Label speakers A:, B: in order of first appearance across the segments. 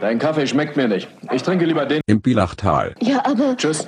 A: Dein Kaffee schmeckt mir nicht. Ich trinke lieber den.
B: Im Bilachtal.
C: Ja, aber.
A: Tschüss.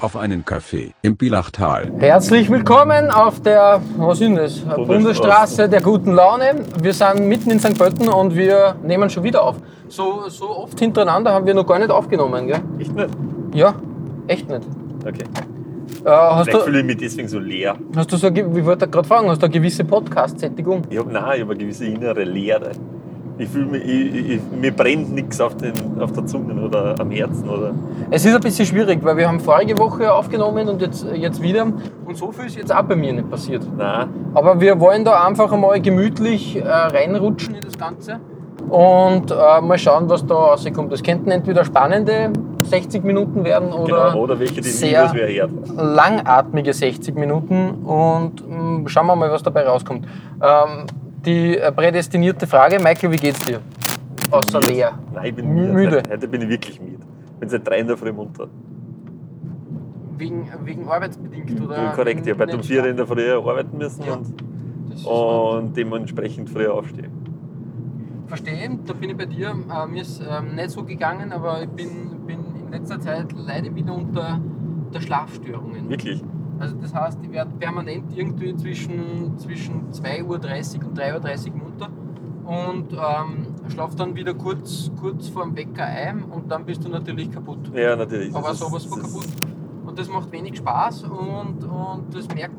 B: Auf einen Kaffee. Im Bilachtal.
D: Herzlich willkommen auf der, was ist das? Bundesstraße der guten Laune. Wir sind mitten in St. Pölten und wir nehmen schon wieder auf. So, so oft hintereinander haben wir noch gar nicht aufgenommen, gell?
E: Echt nicht?
D: Ja, echt nicht.
E: Okay.
D: Äh, hast,
E: Vielleicht
D: du,
E: fühle ich mich deswegen so leer.
D: hast du so, ge- ich wollte gerade fragen, hast du eine gewisse Podcast-Sättigung?
E: Ich habe nein, ich hab eine gewisse innere Leere. Ich fühle mich, ich, ich- ich, mir brennt nichts auf, den- auf der Zunge oder am Herzen. Oder.
D: Es ist ein bisschen schwierig, weil wir haben vorige Woche aufgenommen und jetzt, jetzt wieder. Und so viel ist jetzt auch bei mir nicht passiert.
E: Nein.
D: Aber wir wollen da einfach einmal gemütlich äh, reinrutschen in das Ganze und äh, mal schauen, was da rauskommt. Das könnten entweder spannende 60 Minuten werden oder,
E: Genau. Oder welche, die nie
D: sehr
E: was wer hört.
D: langatmige 60 Minuten und mh, schauen wir mal, was dabei rauskommt. Ähm, die äh, prädestinierte Frage, Michael, wie geht's dir? Außer
E: Müde.
D: leer.
E: Nein, ich bin müde.
D: Müde.
E: Heute bin ich wirklich müde. Ich bin seit drei in der Früh munter.
D: Wegen, wegen arbeitsbedingt
E: Hm. Korrekt, ich habe heute um vier in der Früh arbeiten müssen
D: Ja.
E: und, und dementsprechend früher aufstehen.
D: verstehe, da bin ich bei dir. Äh, mir ist ähm, nicht so gegangen, aber ich bin, bin in letzter Zeit leider wieder unter der Schlafstörungen.
E: Wirklich.
D: Also das heißt, ich werde permanent irgendwie zwischen, zwischen 2.30 Uhr und 3.30 Uhr munter und ähm, schlafe dann wieder kurz, kurz vor dem Wecker ein und dann bist du natürlich kaputt.
E: Ja, natürlich.
D: Aber
E: Das ist-
D: sowas von
E: das
D: kaputt.
E: ist-
D: Und das macht wenig Spaß und, und das merkt,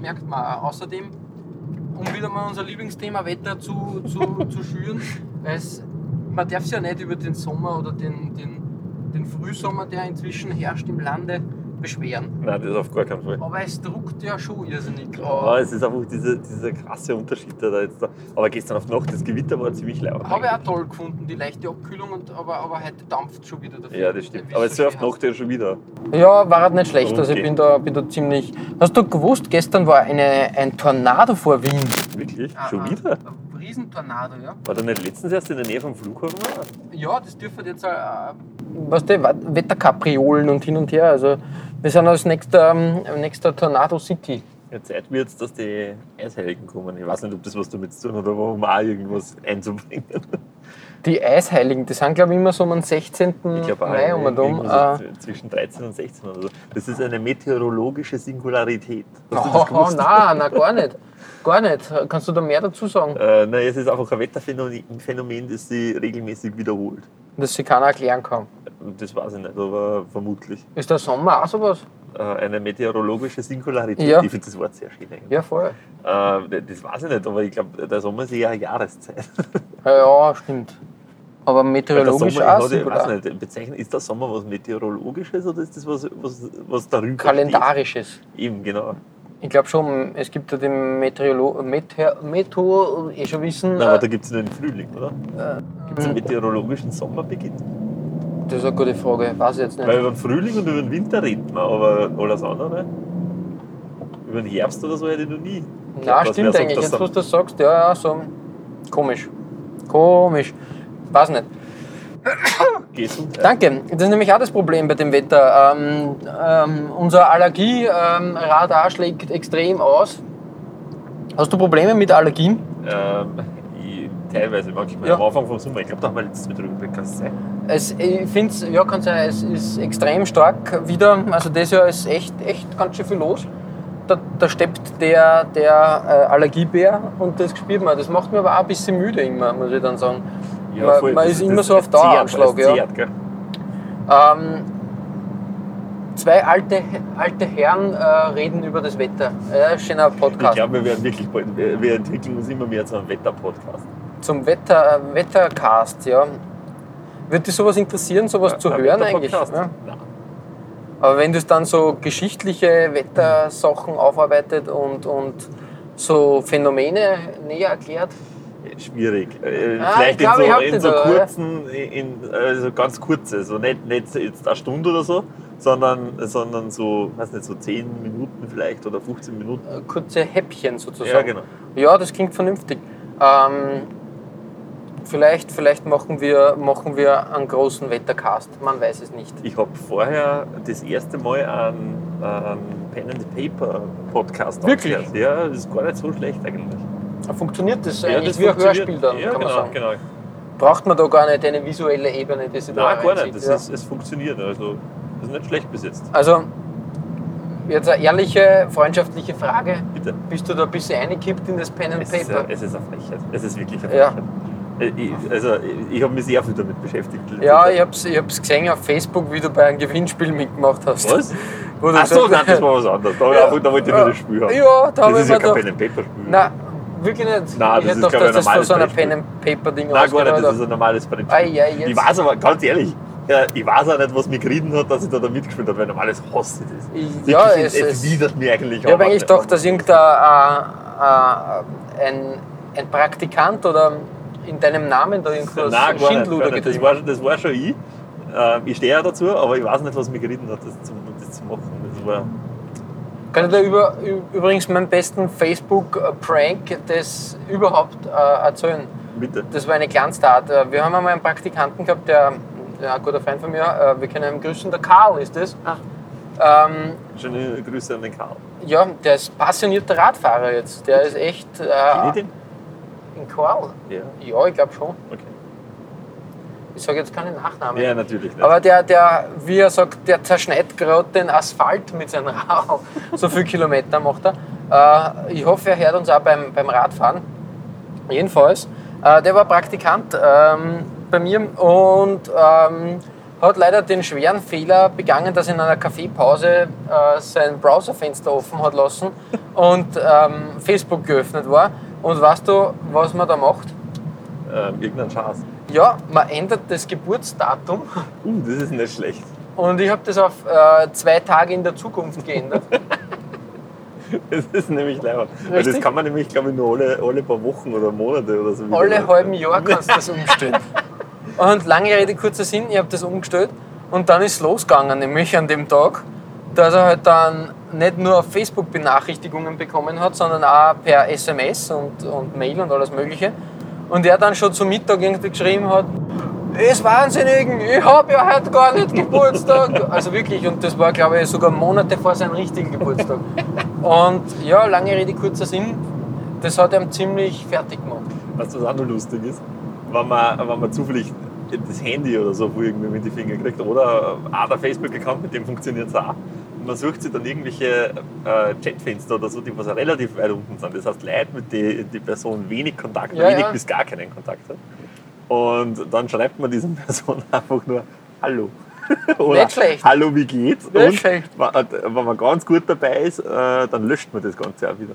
D: merkt man auch. Außerdem, um wieder mal unser Lieblingsthema Wetter zu, zu, zu schüren, es, man darf es ja nicht über den Sommer oder den, den, den Frühsommer, der inzwischen herrscht im Lande, beschweren.
E: Nein, das ist auf gar keinen Fall.
D: Aber es druckt ja schon irrsinnig.
E: Aber
D: Habe
E: es ist einfach dieser, dieser krasse Unterschied da jetzt. da- Aber gestern auf die Nacht, das Gewitter war ziemlich laut.
D: ich auch toll gefunden, die leichte Abkühlung, und, aber, aber heute dampft schon wieder dafür.
E: Ja, das stimmt.
D: Wie's
E: Aber
D: so
E: es surft
D: schön
E: Nacht ja schon wieder.
D: Ja, war halt nicht schlecht. Also ich
E: Okay.
D: bin da, bin da ziemlich. Hast du gewusst, gestern war eine, ein Tornado vor Wien?
E: Wirklich? Schon wieder?
D: Ah, Ein Riesentornado, ja.
E: War da nicht letztens erst in der Nähe vom Flughafen? auch?
D: Ja, das dürfen jetzt äh, weißt du, Wat- Wetterkapriolen und hin und her. Also wir sind als nächster, ähm, nächster Tornado City.
E: Ja, Zeit wird's, dass die Eishelden kommen. Ich weiß nicht, ob das was damit zu tun hat, aber um auch irgendwas einzubringen.
D: Die Eisheiligen, die sind glaube ich immer so um den 16.
E: Ich glaube auch.
D: Mai um und um.
E: irgendwas
D: Äh,
E: so zwischen 13 und 16 oder so. Das ist eine meteorologische Singularität. Hast du
D: oh,
E: das
D: oh,
E: gewusst?
D: nein, nein, gar nicht. Gar nicht. Kannst du da mehr dazu sagen?
E: Äh, nein, es ist einfach ein Wetterphänomen, Phänomen, das sich regelmäßig wiederholt.
D: Dass sie keiner erklären kann.
E: Das weiß ich nicht, aber vermutlich.
D: Ist der Sommer auch sowas?
E: Äh, eine meteorologische Singularität.
D: Ja.
E: Ich finde das Wort sehr schön. eigentlich.
D: Ja, voll.
E: Äh, das weiß ich nicht, aber ich glaube, der Sommer ist eher eine Jahreszeit.
D: Ja, ja stimmt. Aber
E: Weil der
D: meteorologisch
E: Sommer,
D: auch
E: ich, hatte- ich
D: singular.
E: weiß nicht, bezeichnen, ist der Sommer was Meteorologisches oder ist das was, was, was darüber
D: Kalendarisches.
E: Steht? Eben, genau.
D: Ich glaube schon, es gibt ja den Meteorolo Meteor, Meteor, eh schon wissen,
E: Nein, aber da
D: äh,
E: gibt es nur den Frühling, oder? Gibt es einen meteorologischen Sommerbeginn?
D: das ist eine gute Frage, weiß ich jetzt
E: Weil
D: nicht.
E: über den Frühling und über den Winter reden wir, aber alles andere, über den Herbst oder so hätte ich noch nie.
D: Na,
E: geglaubt, dass wer
D: stimmt
E: sagt,
D: eigentlich,
E: dass
D: jetzt
E: der-
D: wo du das sagst, ja, ja, so komisch. Komisch. Weiß nicht.
E: Gesundheit.
D: Danke. Das ist nämlich auch das Problem bei dem Wetter. Ähm, ähm, unser Allergie-Radar schlägt extrem aus. Hast du Probleme mit Allergien?
E: Ähm, ich, teilweise manchmal
D: Ja.
E: am Anfang vom Sommer. Ich glaube, da haben wir letztes Mal drüber geredet, kann es sein.
D: Es, ich finde es, ja, kann sein, es ist extrem stark wieder. Also, das Jahr ist echt, echt ganz schön viel los. Da, da steppt der, der äh, Allergiebär und das spürt man. Das macht mir aber auch ein bisschen müde immer, muss ich dann sagen. man man
E: das-
D: ist
E: das-
D: immer so
E: es
D: auf Daueranschlag.
E: zehrt, es
D: ja.
E: zehrt, gell?
D: ähm, zwei alte, alte Herren äh, reden über das Wetter. Ja, schöner
E: Ich
D: Podcast.
E: glaube, wir werden wirklich bald, wir wir entwickeln uns immer mehr zu einem Wetter-Podcast.
D: Zum Wetter, äh, Wettercast, ja. Würde dich sowas interessieren, sowas zu
E: Ein
D: hören eigentlich? ne?
E: Wetter-Podcast?
D: Ja?
E: Nein.
D: Aber wenn das dann so geschichtliche Wettersachen aufarbeitet und, und so Phänomene näher erklärt,
E: Schwierig. Äh,
D: Ah, ich
E: Vielleicht
D: glaub, ich
E: in
D: hab
E: so, äh, in
D: das
E: so
D: aber, ja.
E: kurzen, in, also ganz kurze, so nicht, nicht so jetzt eine Stunde oder so, sondern, sondern so, weiß nicht, so 10 Minuten vielleicht oder 15 Minuten.
D: Äh, Kurze Häppchen sozusagen.
E: Ja, genau.
D: Ja, das klingt vernünftig. Ähm, vielleicht vielleicht machen, wir, machen wir einen großen Wettercast. Man weiß es nicht.
E: Ich habe vorher das erste Mal einen, einen Pen and Paper Podcast
D: Wirklich?
E: angehört. Ja, das ist gar nicht so schlecht eigentlich.
D: Funktioniert das
E: ja,
D: eigentlich
E: das
D: wie ein
E: funktioniert.
D: Hörspiel dann,
E: ja,
D: kann man
E: genau,
D: sagen.
E: genau.
D: Braucht man da gar nicht eine visuelle Ebene, die sich da
E: Nein, gar
D: reinzieht,
E: nicht. Das
D: ja.
E: ist, es funktioniert. Also, das ist nicht schlecht bis jetzt.
D: Also, jetzt eine ehrliche, freundschaftliche Frage.
E: Bitte.
D: Bist du da ein bisschen eingekippt in das Pen and
E: Es ist,
D: Paper?
E: eine, es ist eine Frechheit. Es ist wirklich eine
D: Ja.
E: Frechheit. Äh, Ich, also, ich, ich habe mich sehr viel damit beschäftigt. Also,
D: Ja, ich hab's, ich hab's gesehen auf Facebook, wie du bei einem Gewinnspiel mitgemacht hast.
E: Was?
D: Wo du
E: Ach so,
D: gesagt-
E: nein, das war was anderes. Da, hab ich
D: Ja.
E: einfach- da wollte ich
D: Ja.
E: nur das Spiel haben.
D: Ja, da habe ich
E: das ist ja
D: mir
E: kein
D: gedacht.
E: Pen and Paper Spiel.
D: Nein, wirklich nicht.
E: Nein, das
D: ich
E: ist,
D: hätte
E: glaub ich,
D: gedacht,
E: ein
D: dass das von so einem
E: normales
D: Pen and Paper Ding
E: Nein, gar nicht,
D: ausgegangen
E: das ist
D: ist.
E: ein normales Pen
D: genau Ei, ei, jetzt.
E: Ich weiß aber, ganz ehrlich, ja, ich weiß auch nicht, was mich gerieben hat, dass ich da, da mitgespielt habe, weil normales Hass das ist.
D: Ich-
E: Wirklich,
D: ja,
E: es,
D: es-
E: es
D: es-
E: widert mich eigentlich
D: Ich habe
E: aber
D: eigentlich
E: nicht.
D: gedacht, dass irgendein äh, äh, ein, ein Praktikant oder in deinem Namen da
E: Nein,
D: irgendwas
E: gar nicht,
D: Schindluder
E: gar nicht. Das
D: getrieben hat.
E: war, das war schon ich. Ähm, ich stehe ja dazu, aber ich weiß nicht, was mich geritten hat, das zu, das zu machen. Das war,
D: Kann ich da über, ü- übrigens meinen besten Facebook-Prank des überhaupt äh, erzählen?
E: bitte.
D: Das war eine Kleinstart. Äh, Wir haben einmal einen Praktikanten gehabt, der ja, ein guter Freund von mir, äh, wir können ihn grüßen, der Karl ist das. Ähm,
E: Schöne Grüße an den Karl.
D: ja, der ist passionierter Radfahrer jetzt. Der ist echt
E: Kennt
D: äh,
E: ihr den?
D: ein Karl.
E: Ja,
D: Ja, ich glaube schon.
E: okay.
D: Ich sage jetzt keinen Nachnamen.
E: Ja, natürlich. Nicht.
D: Aber der, der, wie er sagt, der zerschneit gerade den Asphalt mit seinem Rau. So viele Kilometer macht er. Äh, ich hoffe, er hört uns auch beim, beim Radfahren. Jedenfalls. Äh, der war Praktikant ähm, bei mir und ähm, hat leider den schweren Fehler begangen, dass er in einer Kaffeepause äh, sein Browserfenster offen hat lassen und ähm, Facebook geöffnet war. Und weißt du, was man da macht?
E: ähm, irgendein Schatz.
D: Ja, man ändert das Geburtsdatum
E: Uh, das ist nicht schlecht.
D: Und ich habe das auf äh, zwei Tage in der Zukunft geändert.
E: Das ist nämlich leider. Weil das
D: Richtig.
E: kann man nämlich, glaube ich, nur alle, alle paar Wochen oder Monate oder so. wieder
D: Alle
E: ändern.
D: halben Jahr kannst du das umstellen. Und lange Rede, kurzer Sinn, ich habe das umgestellt und dann ist es losgegangen, nämlich an dem Tag, dass er halt dann nicht nur auf Facebook Benachrichtigungen bekommen hat, sondern auch per SMS und, und Mail und alles Mögliche. Und er dann schon zum Mittag irgendwie geschrieben hat, es Wahnsinnigen, ich habe ja heute gar nicht Geburtstag. Also wirklich, und das war, glaube ich, sogar Monate vor seinem richtigen Geburtstag. Und ja, lange Rede, kurzer Sinn, das hat ihm ziemlich fertig gemacht.
E: Weißt du, was auch noch lustig ist? Wenn man, wenn man zufällig das Handy oder so wo irgendwie mit die Finger kriegt oder auch der Facebook-Account, mit dem funktioniert es auch. Und Man sucht sich dann irgendwelche äh, Chatfenster oder so, die was relativ weit unten sind. Das heißt, Leute, mit die die Person wenig Kontakt,
D: Ja,
E: wenig
D: ja.
E: bis gar keinen Kontakt hat. Und dann schreibt man diesen Person einfach nur Hallo. oder
D: Nicht schlecht.
E: Hallo, wie geht's?
D: Nicht
E: Und
D: schlecht.
E: Wenn wenn man ganz gut dabei ist, äh, dann löscht man das Ganze auch wieder.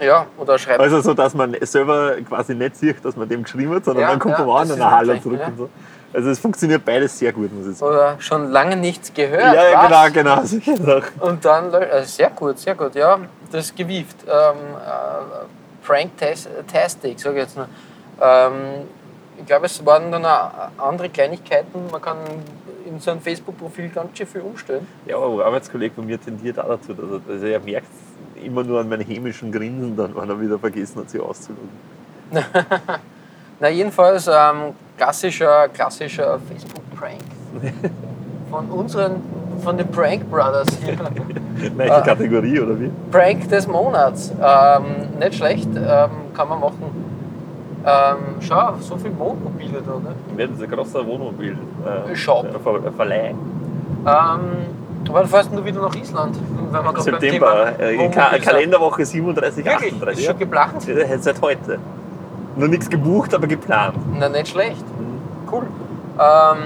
D: Ja, oder schreibt.
E: Also so, dass man selber quasi nicht sieht, dass man dem geschrieben hat, sondern
D: Ja,
E: dann kommt
D: ja,
E: man an
D: das
E: und
D: ist
E: ein Hallo
D: wirklich,
E: zurück
D: ja.
E: und so. Also es funktioniert beides sehr gut, muss ich sagen.
D: oder äh, schon lange nichts gehört.
E: Ja,
D: was?
E: ja genau, genau, solche Sachen.
D: Und dann, lö- äh, sehr gut, sehr gut, ja, das ist gewieft. Ähm, äh, Prank-Tastic, sage ich jetzt noch. Ähm, ich glaube, es waren dann auch andere Kleinigkeiten. Man kann in so einem Facebook-Profil ganz schön viel umstellen.
E: Ja, aber ein Arbeitskollege von mir tendiert auch dazu. Also, also er merkt es immer nur an meinen hämischen Grinsen, dann, wenn er wieder vergessen hat, sich auszuloggen.
D: Na, jedenfalls ähm, klassischer, klassischer Facebook-Prank. Von unseren, von den Prank Brothers hier.
E: Welche
D: Ah.
E: Kategorie oder wie?
D: Prank des Monats. Ähm, nicht schlecht, ähm, kann man machen. Ähm, schau, so viel Wohnmobile da. Ne?
E: Wir hatten so ein großer Wohnmobil. Äh,
D: Shop.
E: äh, Ver Verleih.
D: Ähm, wann fährst denn du wieder nach Island? Wenn wir grad beim
E: September.
D: Thema
E: Äh,
D: Wohnmobil
E: Ka
D: sind.
E: Kalenderwoche 37,
D: Wirklich?
E: 38.
D: Ist schon geplant?
E: Ja, seit heute. Noch nichts gebucht, aber geplant.
D: Na, nicht schlecht.
E: Mhm.
D: Cool. Ähm,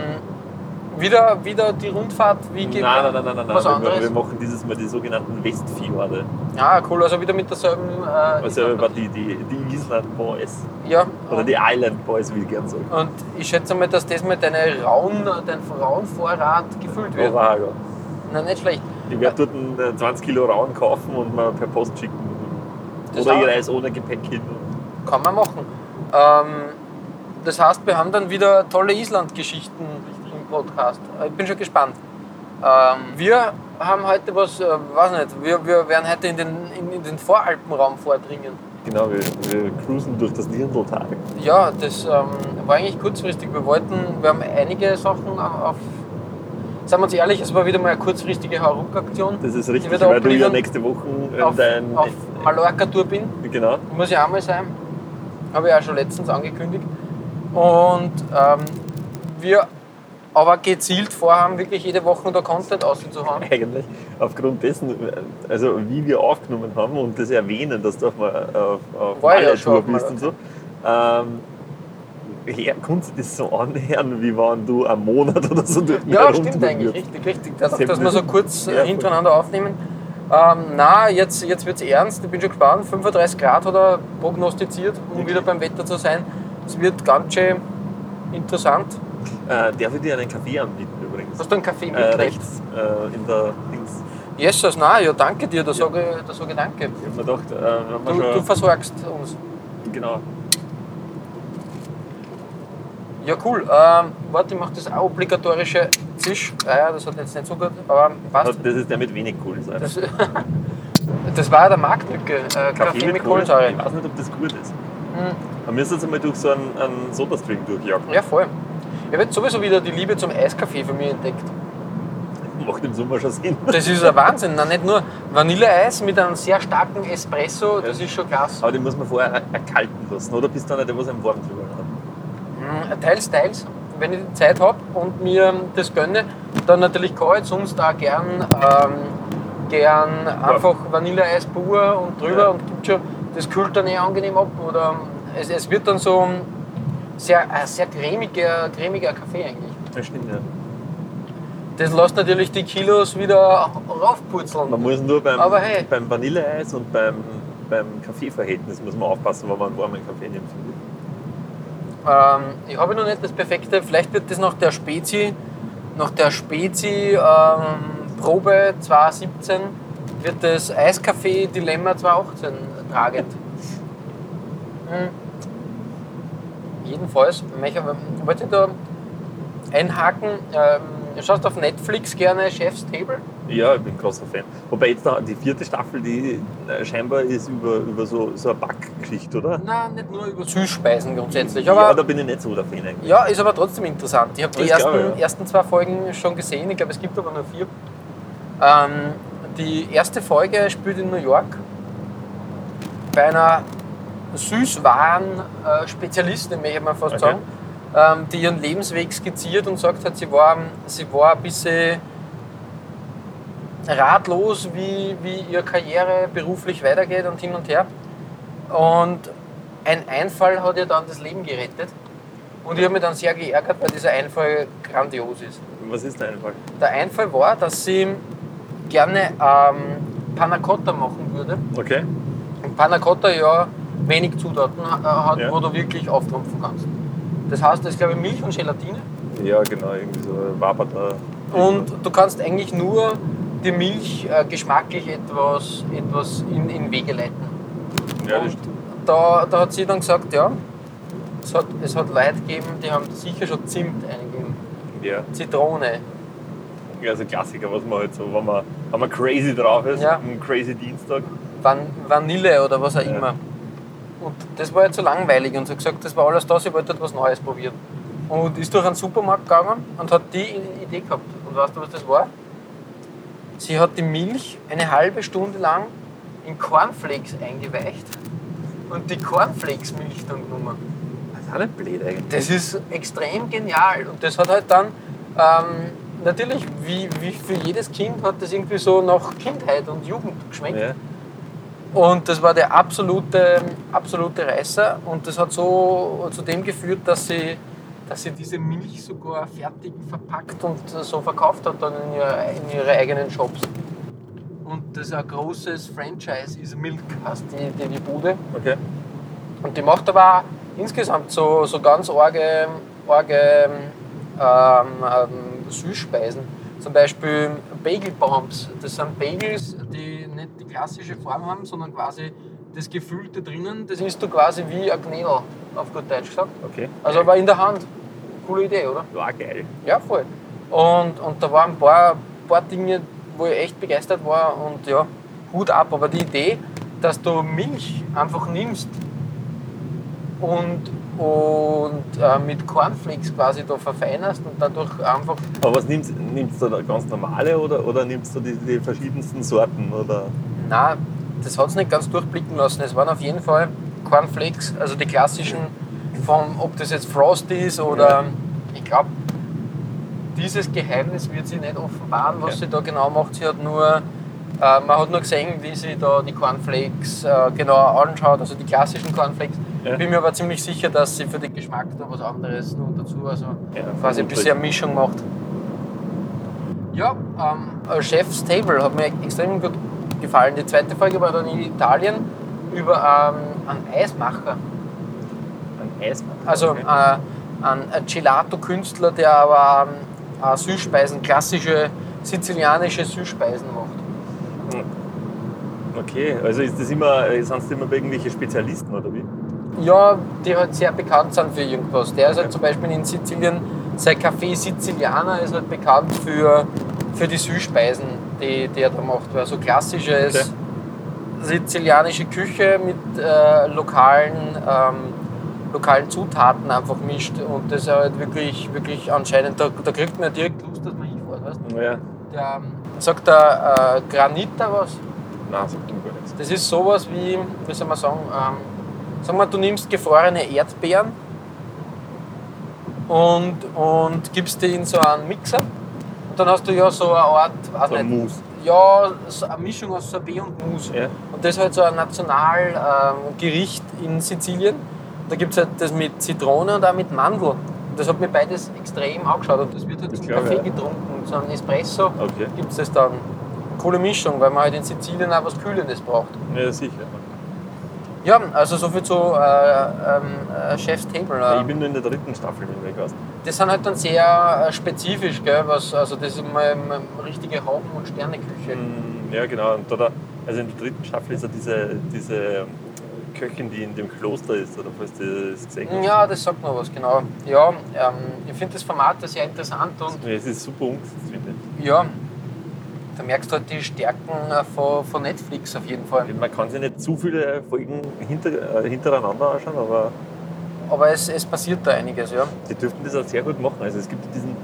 D: wieder, wieder die Rundfahrt wie
E: Nein,
D: geplant?
E: nein, nein, nein, nein.
D: Was
E: nein. Wir,
D: anderes?
E: wir machen dieses Mal die sogenannten Westfjorde.
D: Ah, cool, also wieder mit derselben. Äh,
E: Also über die, die, die Island Boys.
D: ja.
E: Oder die Island Boys, wie ich gern sagen.
D: Und ich schätze mal, dass das mit deinem rauen, dein rauen Vorrat gefüllt wird.
E: Aber auch, ja.
D: Na, nicht schlecht.
E: Ich werde dort einen äh, 20 Kilo Rauen kaufen und mal per Post schicken.
D: Das
E: Oder
D: auch.
E: ich reise ohne Gepäck hin.
D: Kann man machen. Ähm, das heißt, wir haben dann wieder tolle Island-Geschichten im Podcast. Ich bin Äh, schon gespannt. Ähm, wir haben heute was, äh, weiß nicht, wir, wir werden heute in den, in, in den Voralpenraum vordringen.
E: Genau, wir, wir cruisen durch das Dirndltal.
D: Ja, das ähm, war eigentlich kurzfristig. Wir wollten, wir haben einige Sachen auf. auf- Sagen wir uns ehrlich, es war wieder mal eine kurzfristige Hauruck-Aktion.
E: Das ist richtig,
D: wird auch
E: weil du ja
D: bringen.
E: nächste Woche ähm,
D: Auf,
E: dein.
D: auf Mallorca-Tour bin.
E: genau.
D: Muss ja einmal sein. Habe ich auch schon letztens angekündigt. Und ähm, wir aber gezielt vorhaben, wirklich jede Woche da Content auszuhauen.
E: eigentlich aufgrund dessen, also wie wir aufgenommen haben und das erwähnen, dass du auf, Ma- auf, auf
D: War ja
E: Malle-Tour
D: schon auf
E: bist und so, ähm, her, kannst du das so anhören, wie waren du einen Monat oder so durch
D: Ja, stimmt eigentlich, richtig, richtig. Dass,
E: Sehr
D: dass wir so
E: blöd.
D: kurz
E: Ja,
D: äh,
E: voll.
D: hintereinander aufnehmen. Ähm, na, jetzt, jetzt wird es ernst, ich bin schon gespannt. 35 Grad hat er prognostiziert, um
E: Okay.
D: wieder beim Wetter zu sein. Es wird ganz schön interessant.
E: Äh, darf ich dir einen Kaffee anbieten übrigens?
D: Hast du einen Kaffee
E: äh,
D: mitgebracht?
E: rechts äh, in der Dings.
D: Jesus, na, ja, danke dir, da sage ich, da sag ich danke.
E: Ich hab mir gedacht, äh, wenn man
D: Du, du
E: schon.
D: versorgst uns.
E: genau.
D: Ja, cool. Ähm, warte, ich mache das obligatorische Zisch. Ah, ja, das hat jetzt nicht so gut, aber passt.
E: Das ist der mit wenig Kohlensäure.
D: Das, das war der Marktlücke. Äh, Kaffee, mit Kohlensäure. Hm.
E: Ich weiß nicht, ob das gut ist. Man müsste jetzt einmal durch so einen, einen Sodastream durchjagen.
D: Ja, voll. Ich habe jetzt sowieso wieder die Liebe zum Eiskaffee für mich entdeckt.
E: Macht im Sommer schon Sinn.
D: Das ist ein Wahnsinn. Nein, nicht nur Vanilleeis mit einem sehr starken Espresso, das ist schon krass.
E: Aber den muss man vorher erkalten lassen, oder? Bist du einer, der was einem warm drüber hat?
D: Mm, Teils, teils. Wenn ich die Zeit habe und mir ähm, das gönne, dann natürlich kann ich sonst auch gern, ähm, gern einfach Vanilleeis pur und drüber
E: Ja.
D: und gibt schon, das kühlt dann eh angenehm ab. Oder ähm, es, es wird dann so ein sehr, ein sehr cremiger, cremiger Kaffee eigentlich.
E: Das stimmt, ja.
D: Das lässt natürlich die Kilos wieder raufpurzeln.
E: Man muss nur beim,
D: Aber hey.
E: beim Vanilleeis und beim, beim Kaffeeverhältnis muss man aufpassen, wenn man einen warmen Kaffee nimmt. finde ich.
D: Ähm, ich habe noch nicht das perfekte, vielleicht wird das nach der Spezi, nach der Spezi ähm, Probe 2017 wird das Eiskaffee Dilemma 2018 tragend. mhm. Jedenfalls, möchte ich- wollte ich da einhaken, ähm, du schaust auf Netflix gerne Chef's Table.
E: Ja, ich bin ein großer Fan. Wobei jetzt noch die vierte Staffel, die äh, scheinbar ist über, über so, so eine Backgeschichte, oder?
D: Nein, nicht nur über Süßspeisen grundsätzlich,
E: ja,
D: aber
E: da bin ich nicht so der Fan eigentlich.
D: Ja, ist aber trotzdem interessant. Ich habe die
E: Das glaub
D: ersten,
E: ich, ja.
D: ersten zwei Folgen schon gesehen. Ich glaube, es gibt aber nur vier. Ähm, die erste Folge spielt in New York bei einer Süßwaren-Spezialistin, möchte ich mal fast
E: Okay.
D: sagen, ähm, die ihren Lebensweg skizziert und sagt hat, sie war, sie war ein bisschen ratlos, wie, wie ihre Karriere beruflich weitergeht und hin und her. Und ein Einfall hat ihr dann das Leben gerettet. Und ich habe mich dann sehr geärgert, weil dieser Einfall grandios ist.
E: Was ist dein Fall?
D: Der Einfall war, dass sie gerne ähm, Panna Cotta machen würde.
E: Okay.
D: Und Panna Cotta ja wenig Zutaten ha- hat,
E: Ja.
D: wo du wirklich auftrumpfen kannst. Das heißt, das ist glaube ich Milch und Gelatine.
E: Ja, genau, irgendwie so ein wabernder.
D: Und du kannst eigentlich nur die Milch äh, geschmacklich etwas, etwas in, in Wege leiten.
E: Ja, das
D: Und
E: stimmt.
D: da, da hat sie dann gesagt, ja, es hat, es hat Leute gegeben, die haben sicher schon Zimt eingegeben.
E: Ja.
D: Zitrone.
E: Ja, also Klassiker, was man halt so, wenn man, wenn man crazy drauf ist,
D: Ja.
E: ein crazy Dienstag.
D: Van Vanille oder was auch
E: Ja.
D: immer. Und das war jetzt so langweilig und so gesagt, das war alles das, ich wollte etwas Neues probieren. Und ist durch einen Supermarkt gegangen und hat die I- Idee gehabt. Und weißt du, was das war? Sie hat die Milch eine halbe Stunde lang in Cornflakes eingeweicht und die Cornflakes-Milch dann genommen.
E: Das ist auch nicht blöd eigentlich.
D: Das ist extrem genial. Und das hat halt dann, ähm, natürlich, wie, wie für jedes Kind hat das irgendwie so nach Kindheit und Jugend geschmeckt.
E: Ja.
D: Und das war der absolute, absolute Reißer. Und das hat so zu dem geführt, dass sie, dass sie diese Milch sogar fertig verpackt und so verkauft hat dann in, ihre, in ihre eigenen Shops. Und das ist ein großes Franchise, ist Milk, heißt die, die, die Bude.
E: Okay.
D: Und die macht aber auch insgesamt so, so ganz arge, arge ähm, ähm, Süßspeisen. Zum Beispiel Bagel Bombs. Das sind Bagels, die nicht die klassische Form haben, sondern quasi das Gefüllte drinnen. Das isst du quasi wie ein Knädel, auf gut Deutsch gesagt.
E: Okay.
D: Also aber in der Hand. Coole Idee, oder?
E: War geil.
D: Ja, voll. Und, und da waren ein paar, paar Dinge, wo ich echt begeistert war und ja, Hut ab. Aber die Idee, dass du Milch einfach nimmst und, und äh, mit Cornflakes quasi da verfeinerst und dadurch einfach
E: Aber was nimmst, nimmst du da ganz normale oder, oder nimmst du die, die verschiedensten Sorten? Oder?
D: Na, das hat es nicht ganz durchblicken lassen. Es waren auf jeden Fall Cornflakes, also die klassischen, vom, ob das jetzt Frost ist oder ich glaube, dieses Geheimnis wird sie nicht offenbaren, was
E: Ja.
D: sie da genau macht. Sie hat nur, äh, man hat nur gesehen, wie sie da die Cornflakes äh, genau anschaut, also die klassischen Cornflakes.
E: Ja.
D: Bin mir aber ziemlich sicher, dass sie für den Geschmack da was anderes noch dazu, also quasi
E: Ja,
D: ein
E: vermutlich.
D: bisschen eine Mischung macht. Ja, ähm, äh, Chef's Table hat mir extrem gut gefallen. Die zweite Folge war dann in Italien über ähm, einen Eismacher,
E: Ein Eismann.
D: also
E: okay.
D: äh, einen Gelato-Künstler, der aber ähm, äh, Süßspeisen, klassische sizilianische Süßspeisen macht.
E: okay, also ist das immer, äh, sind das immer irgendwelche Spezialisten oder wie?
D: Ja, die halt sehr bekannt sind für irgendwas. Der ist halt
E: Okay.
D: zum Beispiel in Sizilien, sein Café Sizilianer ist halt bekannt für, für die Süßspeisen, die, die er da macht. Also klassisches.
E: Okay.
D: sizilianische Küche mit äh, lokalen, ähm, lokalen Zutaten einfach mischt und das ist halt wirklich, wirklich anscheinend, da, da kriegt man direkt Lust, dass man hinfährt, weißt du?
E: Naja,
D: Der, ähm, sagt der äh, Granit da was?
E: nein, sagt mir gar nichts.
D: Das ist sowas wie, wie soll man sagen, ähm, sagen wir, du nimmst gefrorene Erdbeeren und, und gibst die in so einen Mixer und dann hast du ja so eine Art, weiß
E: So ein
D: nicht,
E: Mousse.
D: ja, so eine Mischung aus Sorbet und Mousse.
E: Ja.
D: Und das ist halt so ein Nationalgericht in Sizilien. Da gibt es halt das mit Zitrone und auch mit Mandel. Und Das hat mir beides extrem angeschaut. Und das wird halt
E: Das
D: zum
E: glaub ich,
D: Kaffee
E: ja.
D: getrunken. So ein Espresso
E: Okay,
D: gibt es das dann. Coole Mischung, weil man halt in Sizilien auch was Kühlendes braucht.
E: ja, sicher.
D: Ja, also soviel zu äh, ähm, äh, Chef's Table. äh.
E: Ich bin nur in der dritten Staffel hinweg, weißt du?
D: Das sind halt dann sehr äh, spezifisch, gell? Was, also das ist mal mal richtige Hauben- und Sterneküche.
E: Mm, Ja, genau. Und da, da, also in der dritten Staffel ist ja diese, diese ähm, Köchin, die in dem Kloster ist, oder falls du das gesehen hast.
D: Ja, das sagt mir was, genau. Ja, ähm, ich finde das Format ja sehr interessant und
E: Ja, Es ist super umgesetzt, finde ich.
D: Ja, da merkst du halt die Stärken äh, von, von Netflix auf jeden Fall.
E: Man kann sich nicht zu viele Folgen hinter, äh, hintereinander anschauen, aber
D: Aber es, es passiert da einiges, ja.
E: die dürften das auch sehr gut machen. Also es gibt diesen,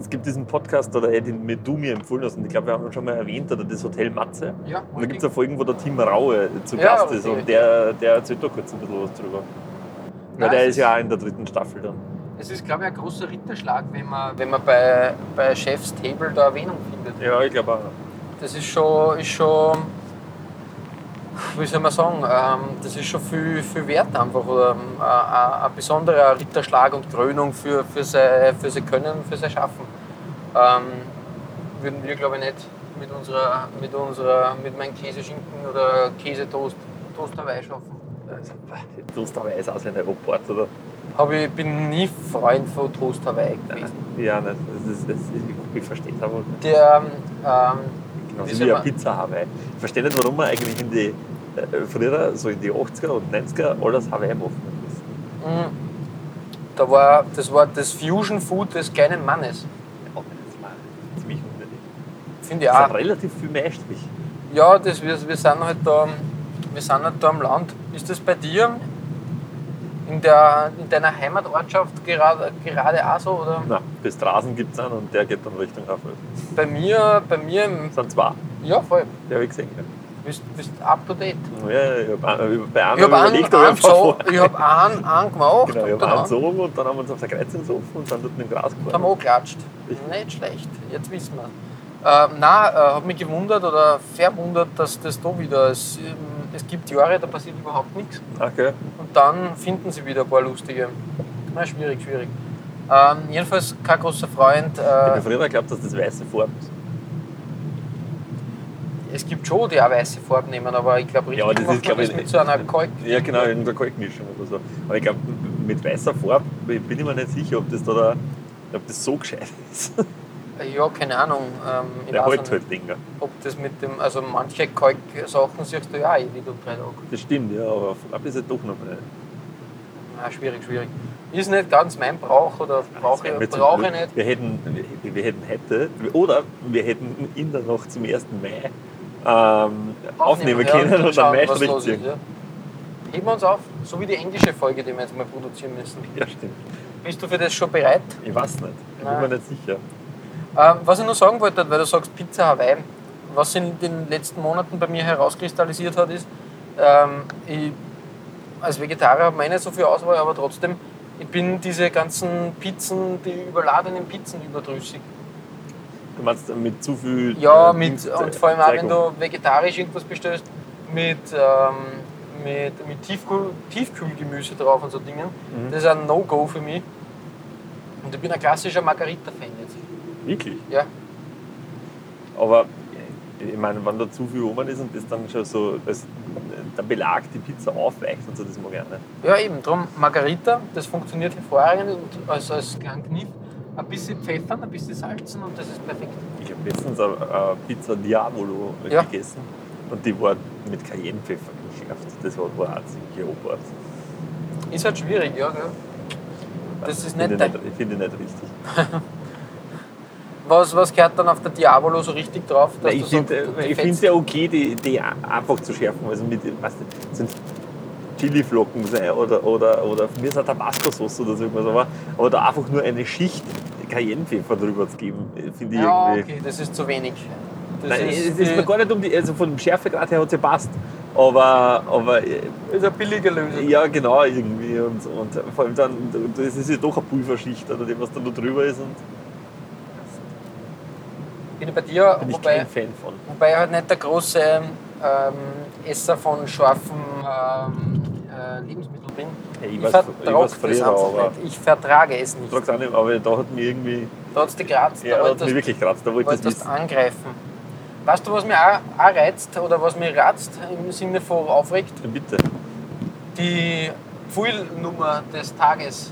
E: es gibt diesen Podcast, oder äh, den mit du mir empfohlen hast, und ich glaube, wir haben ihn schon mal erwähnt, oder das Hotel Matze.
D: Ja,
E: Und da gibt es auch Folgen, wo der Tim Raue zu
D: Ja,
E: Gast ist
D: richtig.
E: und der, der erzählt da kurz ein bisschen was drüber. Weil
D: Nein,
E: der
D: es
E: ist ja auch in der dritten Staffel dann.
D: Es ist, glaube ich, ein großer Ritterschlag, wenn man, wenn man bei, bei Chef's Table da Erwähnung findet.
E: Ja, ich glaube auch.
D: Das ist schon, ist schon wie soll man sagen, ähm, das ist schon viel, viel wert einfach. Oder, ähm, ein- ein ein besonderer Ritterschlag und Krönung für, für, sein, für sein Können, für sein Schaffen. Ähm, würden wir, glaube ich, nicht mit, unserer, mit, unserer, mit meinem Käseschinken oder Käsetoast Toast dabei schaffen.
E: Also, pah, Toast Hawaii ist auch eh so ein Aeroport, oder?
D: Aber ich bin nie Freund von Toast Hawaii gewesen.
E: Ja, nicht. Das ist, das ist, ich verstehe es aber nicht.
D: Der, ähm, Wie soll
E: Genauso Also wie eine
D: man-
E: Pizza Hawaii. Ich verstehe nicht, warum man eigentlich in die, äh, früher, so in die 80er und 90er, alles Hawaii machen muss.
D: mh, da war, das war das Fusion Food des kleinen Mannes.
E: Ja, das war ziemlich unnötig.
D: Finde ich
E: Das
D: auch.
E: sind relativ viel Meistrich.
D: Ja, das, wir, wir, sind halt da, wir sind halt da am Land. Ist das bei dir in, der, in deiner Heimatortschaft gerade, gerade auch so? Oder?
E: Na, bis Straßen gibt es einen und der geht dann Richtung Hawaii.
D: Bei mir, bei mir, im-
E: Das sind zwei,
D: ja voll,
E: die habe ich gesehen.
D: bist, bist up to date.
E: Ja, ja, ich habe einen, bei einem
D: Ich habe
E: hab
D: einen,
E: überlegt, ob
D: einen,
E: ich einfach
D: so,
E: vor-
D: ich hab einen, einen gemacht
E: Genau, ich
D: und
E: habe
D: dann
E: einen so rum und dann haben wir uns auf der Kreuzung gesoffen und dann dort mit dem Gras
D: haben
E: gefahren.
D: wir angeklatscht. Nicht schlecht, jetzt wissen wir. Ähm, nein, äh, hat mich gewundert oder verwundert, dass das da wieder ist. Ähm, Es gibt Jahre, da passiert überhaupt nichts.
E: Okay.
D: Und dann finden sie wieder ein paar lustige. Na, schwierig, schwierig. Ähm, jedenfalls kein großer Freund.
E: Ich habe
D: Äh,
E: früher geglaubt, dass das weiße Farbe ist.
D: es gibt schon, die auch weiße Farben nehmen, aber ich glaube, richtig
E: Ja, das
D: macht
E: ist,
D: man
E: glaube ich,
D: mit so einer Kalk.
E: Ja, genau, in der Kalkmischung oder so. Aber ich glaube, mit weißer Farbe ich bin ich mir nicht sicher, ob das, da der, ob das so gescheit ist.
D: Ja, keine Ahnung. Ähm, ich
E: Der
D: weiß
E: hält
D: auch nicht,
E: halt länger.
D: ob das mit dem, also manche Kalksachen siehst du ja auch jede drei Tage.
E: Das stimmt, ja, aber Farbe ist ja doch nochmal.
D: Na, schwierig, schwierig. Ist nicht ganz mein Brauch oder brauche
E: Das wäre
D: ich,
E: mir zu
D: brauch ich
E: blöd.
D: nicht.
E: Wir hätten, wir, wir hätten hätte, oder wir hätten in der Nacht zum 1. Mai ähm, aufnehmen
D: ja,
E: können und
D: schauen,
E: am Mai
D: was
E: Strich
D: los ist,
E: ziehen.
D: ja. Heben wir uns auf, so wie die englische Folge, die wir jetzt mal produzieren müssen.
E: Ja, stimmt.
D: Bist du für das schon bereit?
E: Ich weiß nicht. Ich bin
D: Nein.
E: mir nicht sicher.
D: Ähm, was ich nur sagen wollte, weil du sagst Pizza Hawaii, was sich in den letzten Monaten bei mir herauskristallisiert hat, ist, ähm, ich als Vegetarier habe ich nicht so viel Auswahl, aber trotzdem, ich bin diese ganzen Pizzen, die überladenen Pizzen überdrüssig.
E: Du meinst mit zu viel.
D: Ja,
E: äh,
D: mit,
E: Dings-
D: und vor allem auch, wenn
E: Zeigung.
D: du vegetarisch irgendwas bestellst, mit, ähm, mit, mit Tiefkühl, Tiefkühlgemüse drauf und so Dingen, das ist ein No-Go für mich. Und ich bin ein klassischer Margarita-Fan jetzt.
E: Wirklich.
D: Ja,
E: Aber äh, ich meine, wenn da zu viel oben ist und das dann schon so. Das, der Belag die Pizza aufweicht und so, das mag ich auch nicht.
D: Ja, eben, drum Margarita, das funktioniert hervorragend und als, als Kniff. Ein bisschen pfeffern, ein bisschen salzen und das ist perfekt.
E: Ich habe letztens eine, eine Pizza Diavolo
D: Ja.
E: gegessen und die war mit Cayennepfeffer geschärft. Das war, war auch ziemlich obart.
D: Ist halt schwierig, ja. Gell? Das ist
E: Finde
D: nicht
E: ich
D: dein.
E: nicht, ich finde nicht richtig.
D: Was, was gehört dann auf der Diabolo so richtig drauf? dass
E: Weil ich
D: du
E: finde
D: sagst, die
E: es
D: fetzt?
E: ja okay, die, die einfach zu schärfen. Also mit, was sind Chiliflocken sein oder, oder, oder von mir ist eine Tabasco-Sauce oder so irgendwas. Aber, aber da einfach nur eine Schicht Cayennepfeffer drüber zu geben, finde ich
D: ja,
E: irgendwie.
D: okay, das ist zu wenig. Das
E: Nein, es
D: die-
E: ist mir gar nicht um die, also von dem Schärfegrad her hat sie passt. Aber, aber
D: ist eine billige Lösung.
E: Ja, genau, irgendwie. Und, und vor allem dann, das ist ja doch eine Pulverschicht oder dem, was da nur drüber ist. Und
D: Bin ich bei dir,
E: bin ich
D: wobei,
E: kein Fan von.
D: wobei ich halt nicht der große ähm, Esser von scharfen ähm, äh, Lebensmitteln bin.
E: Ja, ich
D: Ich,
E: weiß- ich
D: vertrag
E: weiß
D: das
E: früher,
D: einfach
E: aber-
D: nicht. Ich vertrage es
E: Ich
D: nicht.
E: trage es auch nicht, aber da hat mich irgendwie.
D: Da hat's dich geratzt,
E: Ja,
D: da
E: da hat mich
D: wolltest
E: wirklich kratzt. Da wollte ich das
D: wolltest
E: wissen.
D: angreifen. Weißt du, was mich auch, auch reizt oder was mich ratzt im Sinne von aufregt?
E: Ja, Bitte.
D: Die Pfuhlnummer des Tages.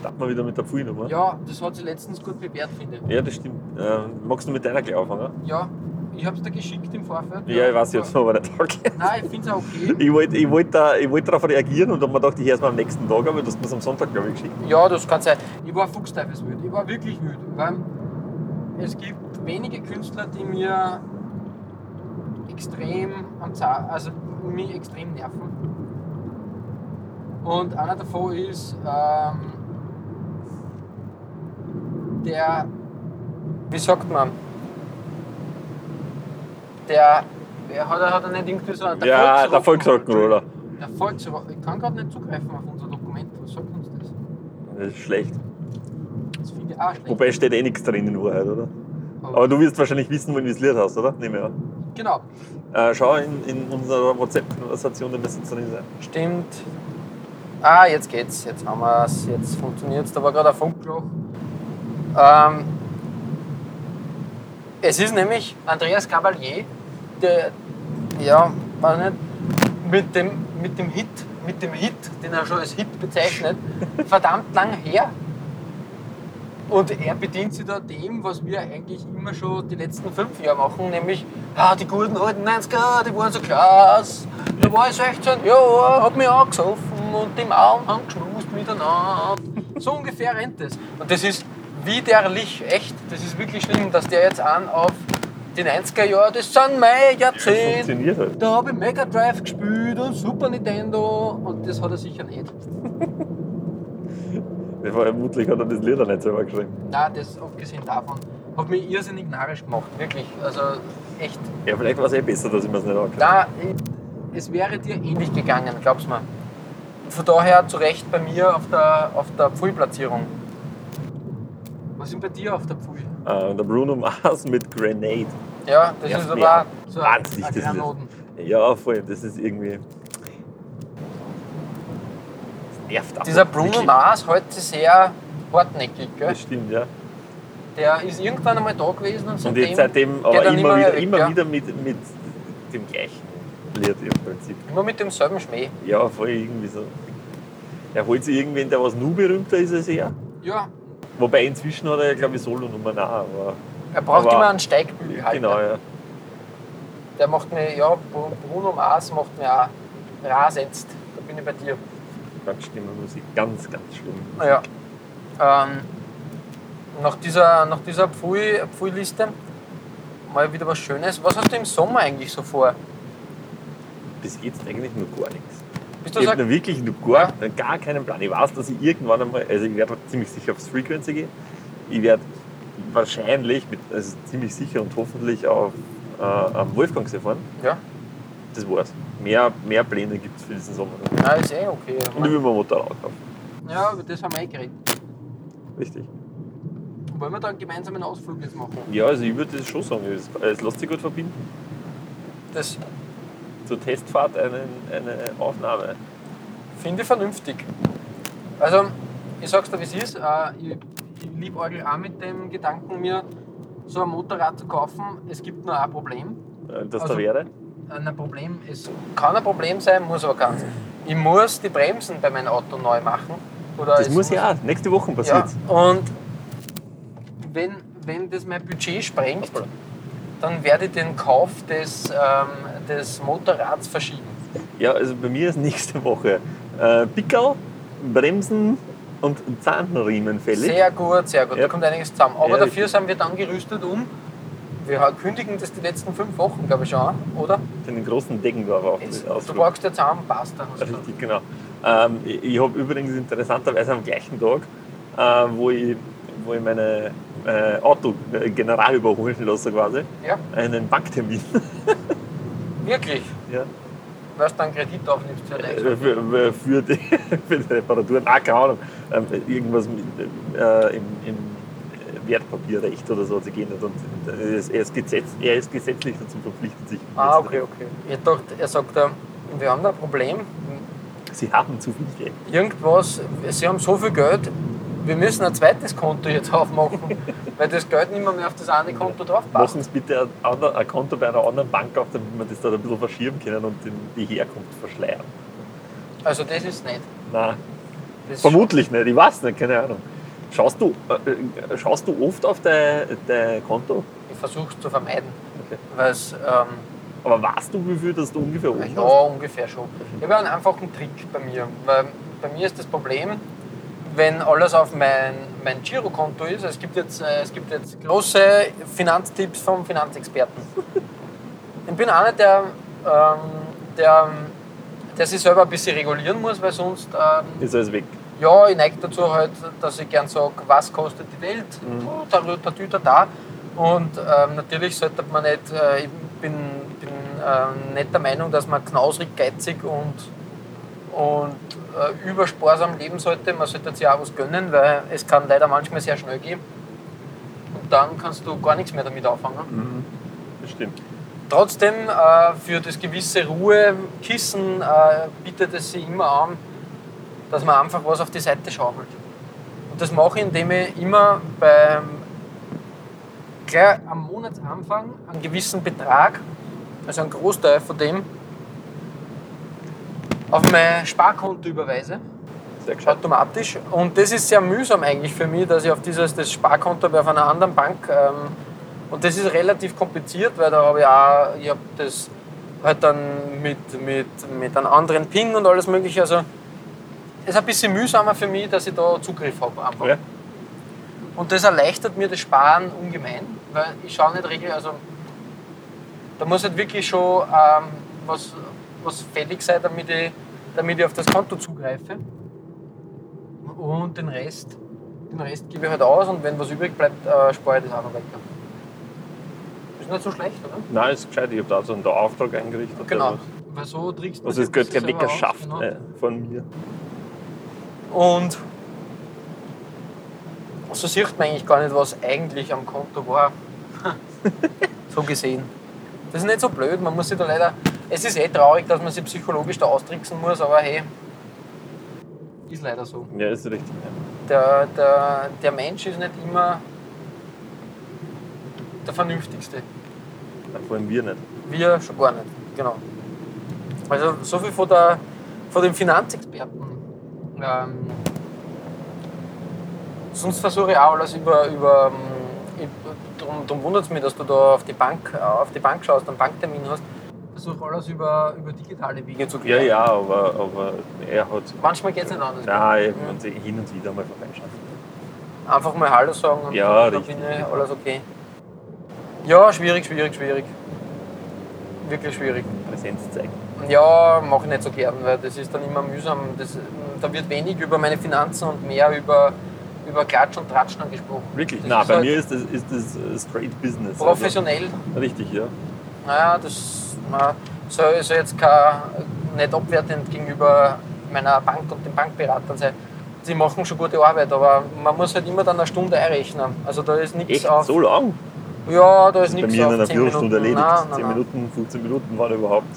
E: Starten wir wieder mit der Pfui-Nummer.
D: Ja, das hat sich letztens gut bewährt, finde ich.
E: Ja, das stimmt. Ähm, magst du mit deiner gleich anfangen?
D: Ja, ich hab's dir geschickt im Vorfeld.
E: Ja, ich weiß, ich hab's mir aber nicht angehört.
D: Nein, ich find's auch okay.
E: Ich wollte ich wollt da- ich wollt darauf reagieren und dann mir gedacht, ich erst mal am nächsten Tag, aber du hast mir es am Sonntag, glaube ich, geschickt.
D: Ja, das kann sein. Ich war fuchsteufelswild. Ich war wirklich wild. Weil es gibt wenige Künstler, die mir extrem am Zahn, also mich extrem nerven. Und einer davon ist ähm, der, wie sagt man, der, wer hat, er- hat er nicht irgendwie so einen
E: ja, der Volksrocken, oder?
D: Der Volksrock, ich kann gerade nicht zugreifen auf unser Dokument, was sagt uns das?
E: Das ist schlecht.
D: Das finde ich auch schlecht.
E: Wobei steht eh nichts drin in Wahrheit, oder? Aber du wirst wahrscheinlich wissen, wenn du das Lied hast, oder? Nehme ich an.
D: Genau.
E: Äh, schau in, in unserer WhatsApp-Konversation, da müsste es drin sein.
D: Stimmt. Ah, jetzt geht's. Jetzt haben wir's. Jetzt funktioniert's. Da war gerade ein Funkloch. Ähm, es ist nämlich Andreas Cavalier, der, ja, weiß nicht, mit dem, mit dem Hit, mit dem Hit, den er schon als Hit bezeichnet, verdammt lang her. Und er bedient sich da dem, was wir eigentlich immer schon die letzten fünf Jahre machen, nämlich ah, die guten alten 90er, die waren so klasse. Da war ich 16 Jahre, hab mich angesoffen und die Mauern haben geschmust miteinander. So ungefähr rennt es. Und das ist widerlich, echt. Das ist wirklich schlimm, dass der jetzt an auf die 90er Jahre, das sind mein
E: Das
D: Jahrzehnt.
E: funktioniert halt.
D: Da habe ich Mega Drive gespielt und Super Nintendo und das hat er sicher nicht.
E: Der war vermutlich hat er das Lied auch nicht selber geschrieben.
D: Nein, das abgesehen davon hat mich irrsinnig narrisch gemacht, wirklich. Also echt.
E: Ja, vielleicht war es eh besser, dass ich mir es nicht angehört
D: Da, es wäre dir ähnlich gegangen, glaub's mir. Von daher zu Recht bei mir auf der, auf der Pfui-Platzierung. Was sind bei dir auf der Pfui?
E: habe. Äh, der Bruno Mars mit Grenade.
D: Ja, das
E: Ja,
D: ist
E: ja.
D: aber so ein,
E: Wahnsinnig,
D: ein
E: das Lied.
D: Granaten.
E: Ja, voll, das ist irgendwie. Das nervt einfach.
D: Dieser Bruno
E: Wirklich.
D: Mars heute sehr hartnäckig, gell?
E: Das stimmt, ja.
D: Der ist irgendwann einmal da gewesen und
E: Und
D: seitdem.
E: jetzt seitdem, aber
D: geht er
E: immer
D: nicht mehr
E: wieder,
D: weg,
E: immer
D: ja.
E: wieder mit, mit dem gleichen Lied im Prinzip.
D: Immer mit demselben Schmäh.
E: Ja, voll irgendwie so. Er holt sich irgendwen, der was nur berühmter ist als er.
D: Ja,
E: Wobei inzwischen hat er ja, glaube ich, Solo-Nummern auch. Aber
D: er braucht
E: Aber-
D: immer einen Steigbügelhalter.
E: Genau, ja.
D: Der macht mir, ja, Br- Bruno Mars macht mir auch rasend. Da bin ich bei dir.
E: Ganz schlimme Musik, ganz, ganz schlimm.
D: Ja. Ähm, nach dieser, nach dieser Pfui- Pfui-Liste mal wieder was Schönes. Was hast du im Sommer eigentlich so vor?
E: Bis jetzt eigentlich nur gar nichts.
D: Bist du
E: Ich habe
D: sagst,
E: noch wirklich nur gar, gar keinen Plan. Ich weiß, dass ich irgendwann einmal, also ich werde ziemlich sicher aufs Frequency gehen. Ich werde wahrscheinlich, mit, also ziemlich sicher und hoffentlich auf äh, am Wolfgangsee fahren.
D: ja,
E: Das war's. Mehr, mehr Pläne gibt es für diesen Sommer. nicht.
D: ja, ist eh okay.
E: Und ich will mir ein Motorrad kaufen.
D: Ja, über das haben wir eh geredet.
E: Richtig.
D: Wollen wir da einen gemeinsamen Ausflug jetzt machen?
E: Ja, also ich würde das schon sagen. Es, es lässt sich gut verbinden.
D: Das
E: Zur Testfahrt einen, eine Aufnahme.
D: finde ich vernünftig. Also, ich sag's dir, wie es ist. Äh, ich ich liebäugel auch mit dem Gedanken, mir so ein Motorrad zu kaufen. Es gibt nur ein Problem.
E: Äh, Das
D: Also-
E: da wäre.
D: ein Problem ist, kann ein Problem sein, muss aber keins. Ich muss die Bremsen bei meinem Auto neu machen. Oder
E: Das
D: es
E: muss ja auch. Nächste Woche
D: Ja,
E: passiert.
D: und wenn, wenn das mein Budget sprengt, dann werde ich den Kauf des, ähm, des Motorrads verschieben.
E: Ja, also bei mir ist nächste Woche äh, Pickel, Bremsen und Zahnriemen fällig.
D: Sehr gut, sehr gut. Da
E: Ja.
D: kommt einiges zusammen. Aber
E: Ja,
D: dafür sind wir dann gerüstet um. Wir kündigen das die letzten fünf Wochen, glaube ich, schon an, oder?
E: Den großen Deggendorf auf
D: Jetzt, du
E: Ausflug.
D: brauchst jetzt auch einen Pasta. hast du gesagt.
E: Richtig, genau. Ähm, ich ich habe übrigens interessanterweise am gleichen Tag, äh, wo, ich, wo ich meine äh, Auto äh, general überholen lasse quasi,
D: Ja,
E: einen Banktermin.
D: wirklich.
E: ja.
D: Weil du dann Kredit aufnimmst für eine
E: Äh, für, für, die, für die Reparaturen, ah, keine Ahnung, ähm, irgendwas mit, äh, im, im Wertpapierrecht oder so hat sich geändert und er ist, er ist, gesetz, er ist gesetzlich dazu verpflichtet sich.
D: Ah,
E: jetzt-
D: okay, okay. Ich dachte, er sagt, äh, wir haben da ein Problem.
E: Sie haben zu viel Geld.
D: Irgendwas, sie haben so viel Geld, wir müssen ein zweites Konto jetzt aufmachen, weil das Geld nicht mehr, mehr auf das eine Konto drauf passt.
E: Machen Sie bitte ein, ander- ein Konto bei einer anderen Bank auf, damit wir das da ein bisschen verschieben können und den, die Herkunft verschleiern.
D: Also das ist nicht.
E: Nein,
D: Das
E: vermutlich nicht, ich weiß nicht, keine Ahnung. Schaust du, äh, äh, schaust du oft auf dein, dein Konto?
D: Ich versuche es zu vermeiden,
E: Okay.
D: weil es ähm,
E: Aber weißt du, wie viel das du ungefähr oben
D: Ja, ungefähr schon. Ich habe einen einfachen Trick bei mir. Weil bei mir ist das Problem, wenn alles auf mein, mein Girokonto ist, es gibt, jetzt, äh, es gibt jetzt große Finanztipps vom Finanzexperten. ich bin einer, der, ähm, der, der sich selber ein bisschen regulieren muss, weil sonst ähm,
E: Ist alles weg.
D: ja, ich neige dazu halt, dass ich gern sage, was kostet die Welt? Oh, da rührt der Tüter da. Und ähm, natürlich sollte man nicht, äh, ich bin, bin ähm, nicht der Meinung, dass man knausrig, geizig und, und äh, übersparsam leben sollte. Man sollte sich auch was gönnen, weil es kann leider manchmal sehr schnell gehen. Und dann kannst du gar nichts mehr damit anfangen.
E: Das stimmt.
D: Trotzdem, äh, für das gewisse Ruhekissen äh, bietet es sich immer an, dass man einfach was auf die Seite schaufelt. Und das mache ich, indem ich immer beim, gleich am Monatsanfang einen gewissen Betrag, also einen Großteil von dem, auf mein Sparkonto überweise
E: Sehr gescheit.
D: automatisch. Und das ist sehr mühsam eigentlich für mich, dass ich auf dieses das Sparkonto bei auf einer anderen Bank ähm, und das ist relativ kompliziert, weil da habe ich auch, ich habe das halt dann mit, mit, mit einem anderen PIN und alles mögliche. Also es ist ein bisschen mühsamer für mich, dass ich da Zugriff habe. Einfach.
E: Ja.
D: Und das erleichtert mir das Sparen ungemein, weil ich schaue nicht regelmäßig, also da muss halt wirklich schon ähm, was, was fällig sein, damit ich, damit ich auf das Konto zugreife. Und den Rest, den Rest gebe ich halt aus und wenn was übrig bleibt, äh, spare ich das auch noch weiter. Ist nicht so schlecht, oder?
E: Nein, ist gescheit. Ich habe da so einen Auftrag eingerichtet.
D: Genau.
E: Also,
D: Weil so trickst man
E: also das
D: sich
E: gehört
D: ein
E: kein
D: bisschen
E: Wecker
D: selber aus,
E: schafft
D: genau.
E: äh, von mir.
D: Und so sieht man eigentlich gar nicht, was eigentlich am Konto war. so gesehen. Das ist nicht so blöd, man muss sich da leider. Es ist eh traurig, dass man sich psychologisch da austricksen muss, aber hey, ist leider so.
E: Ja, ist richtig.
D: Der, der, der Mensch ist nicht immer der Vernünftigste.
E: Ja. Vor allem wir nicht.
D: Wir schon gar nicht, genau. Also so viel von, der, von dem Finanzexperten. Ähm, sonst versuche ich auch alles über. über ähm, Darum, darum wundert es mich, dass du da auf die Bank, auf die Bank schaust, einen Banktermin hast. versuche alles über, über digitale Wege zu
E: Ja,
D: klären.
E: ja, aber, aber er hat.
D: Manchmal geht es nicht anders.
E: Nein, man sieht eh hin und wieder mal vorbeischauen.
D: Einfach mal Hallo sagen und
E: Ja,
D: dann
E: richtig.
D: bin ich alles okay. Ja, schwierig, schwierig, schwierig. Wirklich schwierig.
E: um Präsenz zeigen.
D: Ja, mache ich nicht so gern, weil das ist dann immer mühsam. Das, da wird wenig über meine Finanzen und mehr über, über Klatsch und Tratschen angesprochen.
E: Wirklich?
D: Das
E: Nein,
D: ist
E: bei
D: halt
E: mir ist das, ist das äh, straight business.
D: Professionell,
E: Also, richtig, ja.
D: naja, das na, soll, soll jetzt kein, nicht abwertend gegenüber meiner Bank und den Bankberatern sein. Sie machen schon gute Arbeit, aber man muss halt immer dann eine Stunde einrechnen. Also da ist nichts
E: Echt?
D: auf.
E: So lang?
D: Ja, da ist
E: Bei
D: nichts
E: mir in
D: auf
E: einer
D: 10
E: Viertelstunde
D: Minuten.
E: erledigt.
D: Nein, nein,
E: 10
D: nein.
E: Minuten, 15 Minuten waren überhaupt.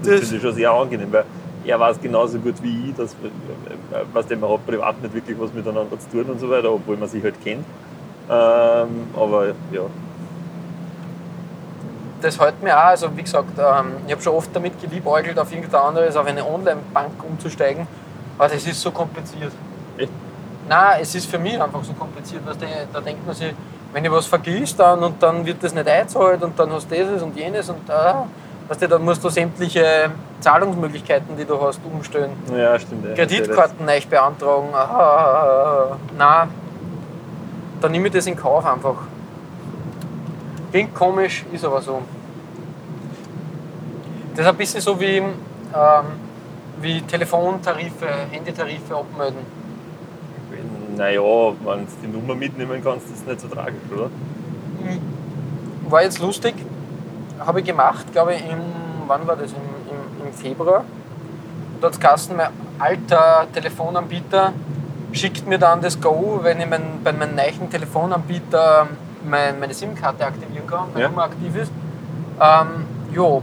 E: Das,
D: Das-
E: finde ich schon sehr angenehm, weil er weiß genauso gut wie ich, dass äh, was man hat privat nicht wirklich was miteinander zu tun und so weiter, obwohl man sich halt kennt. Ähm, aber ja,
D: das hält mir auch, also wie gesagt, ähm, ich habe schon oft damit geliebäugelt, auf irgendein anderes, auf eine Online-Bank umzusteigen, aber das ist so kompliziert.
E: Echt?
D: Nein, es ist für mich einfach so kompliziert, weil da, da denkt man sich, wenn ich was vergisst dann und dann wird das nicht eingezahlt und dann hast du dieses und jenes und da, weißt du, dann musst du sämtliche Zahlungsmöglichkeiten, die du hast, umstellen.
E: ja stimmt. ja.
D: Kreditkarten neu beantragen. Ah, nein, dann nehme ich das in Kauf einfach. Klingt komisch, ist aber so. Das ist ein bisschen so wie, ähm, wie Telefontarife, Handytarife abmelden.
E: Naja, wenn du die Nummer mitnehmen kannst, ist nicht so tragisch, oder?
D: War jetzt lustig, habe ich gemacht, glaube ich, im, wann war das? Im, im, im Februar. Und hat Carsten, mein alter Telefonanbieter, schickt mir dann das Go, wenn ich mein, bei meinem neuen Telefonanbieter mein, meine SIM-Karte aktivieren kann, meine
E: Ja.
D: Nummer aktiv ist. Ähm, jo.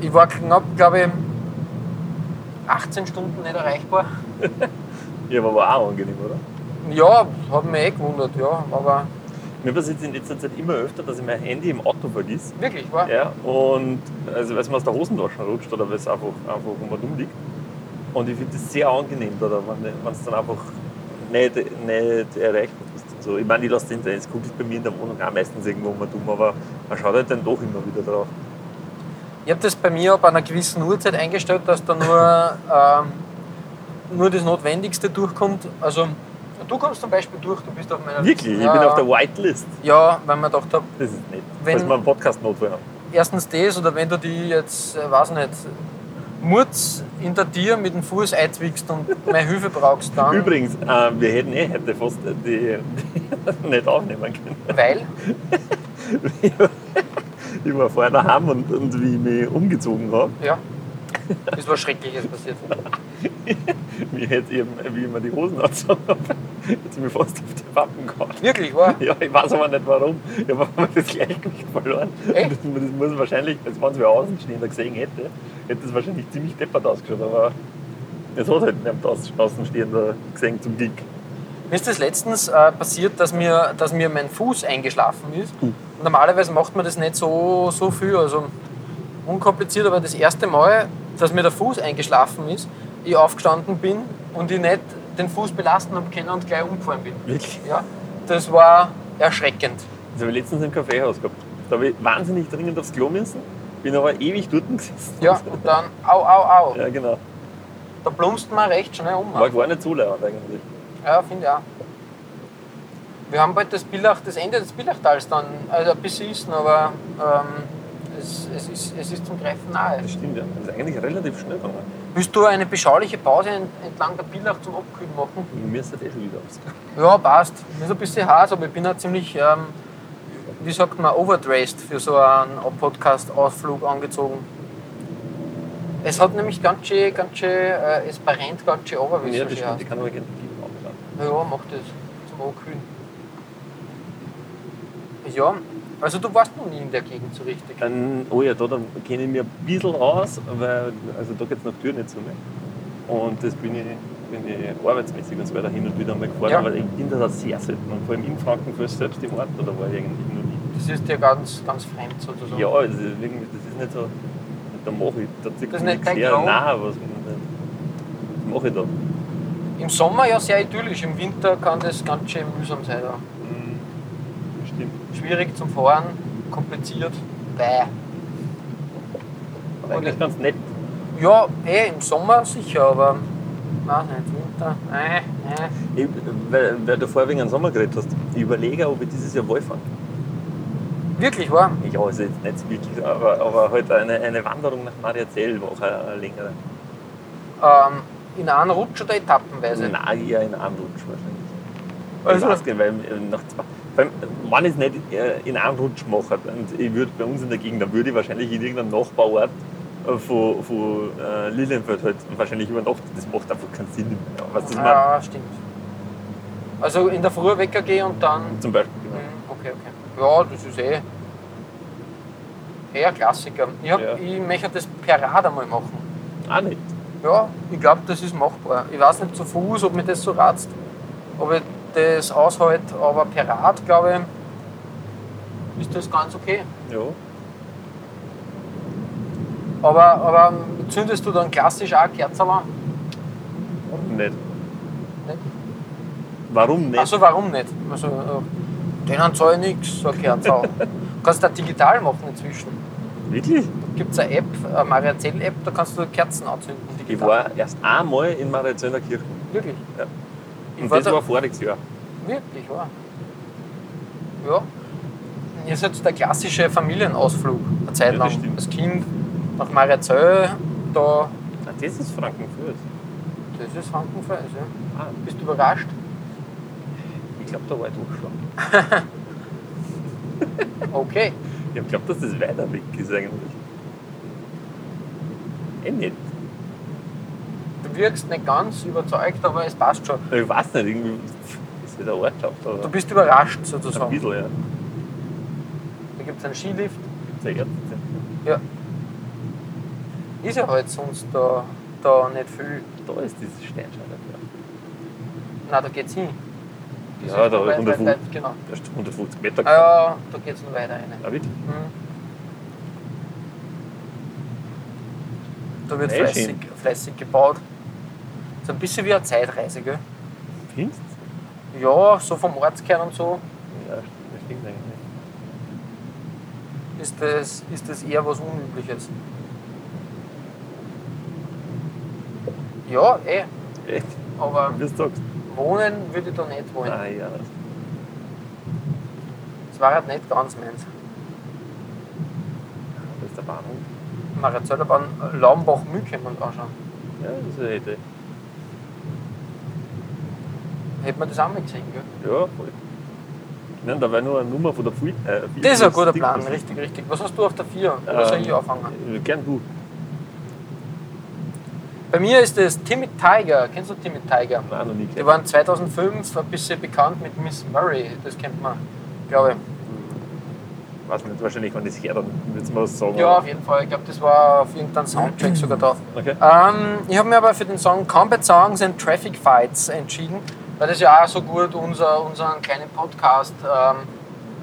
D: Ich war knapp, glaube ich, 18 Stunden nicht erreichbar.
E: Ja, aber war auch angenehm, oder?
D: Ja, hat mich eh gewundert, ja. Aber
E: Mir passiert in letzter Zeit immer öfter, dass ich mein Handy im Auto vergiss.
D: wirklich, war.
E: Ja, und also weil es mir aus der Hosentasche rutscht oder weil es einfach, einfach um und um liegt. Und ich finde das sehr angenehm, oder, wenn es dann einfach nicht, nicht erreichbar ist. und So, ich meine, ich lasse den es guckt bei mir in der Wohnung auch meistens irgendwo um und um, aber man schaut halt dann doch immer wieder drauf.
D: Ich habe das bei mir ab einer gewissen Uhrzeit eingestellt, dass da nur, ähm, nur das Notwendigste durchkommt. Also, du kommst zum Beispiel durch, du bist auf meiner
E: Wirklich,
D: Liste.
E: ich
D: ja,
E: bin auf der Whitelist.
D: der Ja, weil man gedacht hab,
E: Das ist nett.
D: Wenn-
E: Falls wir einen Podcast notwendig haben.
D: erstens das oder wenn du die jetzt, äh, weiß nicht, Murz in der Tier mit dem Fuß einzwickst und meine Hilfe brauchst, dann.
E: Übrigens, äh, wir hätten eh heute fast die, die nicht aufnehmen können.
D: Weil,
E: Ich war vorher daheim und, und wie ich mich umgezogen habe,
D: ja, ist was Schreckliches passiert.
E: wie ich jetzt eben, äh, wie ich mir die Hosen angezogen habe, jetzt mich fast auf die Wappen gehauen.
D: Wirklich, war?
E: Ja, ich weiß aber nicht warum. Ich habe einmal das Gleichgewicht verloren.
D: Echt?
E: Das, das muss wahrscheinlich, als wenn es wer Außenstehender gesehen hätte, hätte das wahrscheinlich ziemlich deppert ausgeschaut. Aber das hat halt niemand Außen- Außenstehender gesehen zum Glück.
D: Mir ist das letztens äh, passiert, dass mir, dass mir mein Fuß eingeschlafen ist.
E: Hm.
D: Und normalerweise macht man das nicht so, so viel, also unkompliziert, aber das erste Mal, dass mir der Fuß eingeschlafen ist, ich aufgestanden bin und ich nicht den Fuß belasten habe können und gleich umgefallen bin.
E: Wirklich?
D: Ja, das war erschreckend.
E: Das habe ich letztens im Kaffeehaus gehabt. Da habe ich wahnsinnig dringend aufs Klo müssen, bin aber ewig dort gesessen.
D: Ja, und dann au, au, au.
E: Ja, genau.
D: Da plumpst man recht schnell um.
E: War gar nicht so laut eigentlich.
D: Ja, finde ich auch. Wir haben bald das, Billach, das Ende des Billachtals dann, also ein bisschen ist, aber ähm, es, es, ist, es ist zum Greifen nahe.
E: Das stimmt, ja. Das ist eigentlich relativ schnell gegangen.
D: Willst du eine beschauliche Pause ent- entlang der Billach zum Abkühlen machen?
E: Mir ist das eh schon wieder aufs Klo.
D: Ja, passt. Ist ein bisschen hart, aber ich bin ja ziemlich, ähm, wie sagt man, overdressed für so einen Podcast-Ausflug angezogen. Es hat nämlich ganz schön, ganz schön, äh, es brennt ganz schön over, wie es
E: Ja,
D: so
E: das
D: schön
E: stimmt.
D: heißt.
E: Ich kann aber gerne die Bibel aufladen.
D: Ja, mach das. Zum Ankühlen. Ja, also du warst noch nie in der Gegend so richtig.
E: Dann, oh ja, da dann kenne ich mir ein bisschen aus, weil also da geht es nach Tür nicht so mehr. Und das bin ich, bin ich arbeitsmäßig und so weiter hin und wieder mal gefahren,
D: Ja.
E: aber ich bin da sehr selten. Und vor allem in Frankenfurt selbst im Ort, da war ich eigentlich noch nie.
D: Das ist dir ganz, ganz fremd sozusagen.
E: Ja, also irgendwie, das ist nicht so, da mache ich, da zieht
D: Das ist
E: mich
D: nicht dein
E: her.
D: Traum?
E: Nein, was, was mache ich da?
D: Im Sommer ja sehr idyllisch, im Winter kann das ganz schön mühsam sein. Ja.
E: Hm, Stimmt.
D: Schwierig zum Fahren, kompliziert. Weil.
E: Das ist eigentlich ganz nett.
D: Ja, eh, im Sommer sicher, aber. Weiß nicht, Winter. Äh, äh.
E: Ich, weil, weil du vorher wegen einem Sommer geredet hast. Ich überlege, ob ich dieses Jahr Wolf fahre.
D: Wirklich warm.
E: Ja, also jetzt nicht so wirklich, aber, aber halt eine, eine Wanderung nach Mariazell war auch eine eine längere.
D: Ähm, in einem Rutsch oder etappenweise?
E: Also Nein, eher in einem Rutsch wahrscheinlich.
D: Mhm. Also-
E: Also, ich weiß nicht, weil äh, nach zwei, weil man es nicht äh, in einem Rutsch macht. Und ich würde bei uns in der Gegend, dann würde ich wahrscheinlich in irgendeinem Nachbarort äh, von, von äh, Lilienfeld halt wahrscheinlich übernachten. Das macht einfach keinen Sinn. Ja, was das macht,
D: Ja, stimmt. Also in der Früh wecker gehen und dann.
E: zum Beispiel.
D: Hm, Okay, okay. Ja, das ist eh. Eher Klassiker. Ich, hab,
E: Ja.
D: ich möchte das per Rad einmal machen.
E: Auch Ah, nicht.
D: Ja, ich glaube, das ist machbar. Ich weiß nicht zu Fuß, ob mir das so ratzt, ob ich das aushalte, aber per Rad, glaube ich, ist das ganz okay.
E: Ja.
D: Aber, aber zündest du dann klassisch auch Kerzen an?
E: Warum nicht?
D: Nicht?
E: Warum nicht?
D: Also warum nicht? Also, äh, denen zahle ich nichts, so eine Kerze an. Kannst du auch digital machen inzwischen.
E: Wirklich?
D: Gibt es eine App, eine Mariazell-App, da kannst du Kerzen anzünden
E: Ich
D: digital.
E: war erst einmal in Mariazellner Kirchen.
D: Wirklich?
E: Ja.
D: Ich
E: Und
D: war
E: das
D: da-
E: war voriges Jahr.
D: Wirklich, wahr? Ja. Ihr seid der klassische Familienausflug eine Zeit
E: Ja,
D: lang.
E: das stimmt.
D: Als Kind nach Marizell, da.
E: Ah, das ist Frankenfurt.
D: Das ist Frankenfels, ja.
E: Ah,
D: Bist du überrascht?
E: ich glaube, da war ich durchgeschlagen.
D: Okay.
E: Ich glaube, dass das weiter weg ist eigentlich. Eh nicht.
D: Du wirkst nicht ganz überzeugt, aber es passt schon.
E: Ich weiß nicht, irgendwie pff, ist wieder eine Ortschaft.
D: Du
E: Oder?
D: bist überrascht
E: Ein
D: sozusagen.
E: bisschen, ja.
D: Da gibt es einen Skilift.
E: Gibt's ja Ärzte.
D: Ist ja halt sonst da, da nicht viel.
E: Da ist dieses Steinschneider.
D: Nein, da geht's hin. Das
E: Ja,
D: ist
E: da
D: weit, weit,
E: 150.
D: weit, Genau.
E: Da ist 150 Meter.
D: Ah, ja, da geht's noch weiter rein.
E: Ah, wirklich?
D: Mhm. Da wird
E: Sehr
D: fleißig, fleißig gebaut. So ein bisschen wie eine Zeitreise, gell?
E: Findest
D: Ja, so vom Ortskern und so
E: Ja, das stimmt eigentlich nicht.
D: ist das, ist das eher was Unübliches. Ja, eh,
E: Echt?
D: aber
E: Wie du sagst.
D: wohnen würde ich da nicht wollen.
E: Ah, ja. das-
D: Das war halt nicht ganz meins.
E: Das ist der Bahnhof.
D: Marizellerbahn Laumbach-Mühe man anschauen.
E: Ja, das ist eine Idee.
D: Hätte man das auch mal gesehen, gell?
E: Ja, voll. Nein, da war nur eine Nummer von der Pfui. Äh,
D: Das ist Äh, ein guter
E: Stick-
D: Plan, richtig, richtig. Was hast du auf der 4? Oder soll ich
E: Ähm,
D: anfangen?
E: Gern du.
D: Bei mir ist es Timid Tiger. Kennst du Timid Tiger?
E: Nein, noch nie
D: Die
E: gehört.
D: waren 2005 ein bisschen bekannt mit Miss Murray. Das kennt man, glaube ich.
E: Weiß nicht, wahrscheinlich, wenn ich es her, dann wird es mir was sagen.
D: Ja, auf jeden Fall. Ich glaube, das war auf irgendeinem Soundtrack sogar drauf.
E: Okay.
D: Ähm, ich habe mir aber für den Song Combat Songs and Traffic Fights entschieden, weil das ja auch so gut unser, unseren kleinen Podcast ähm,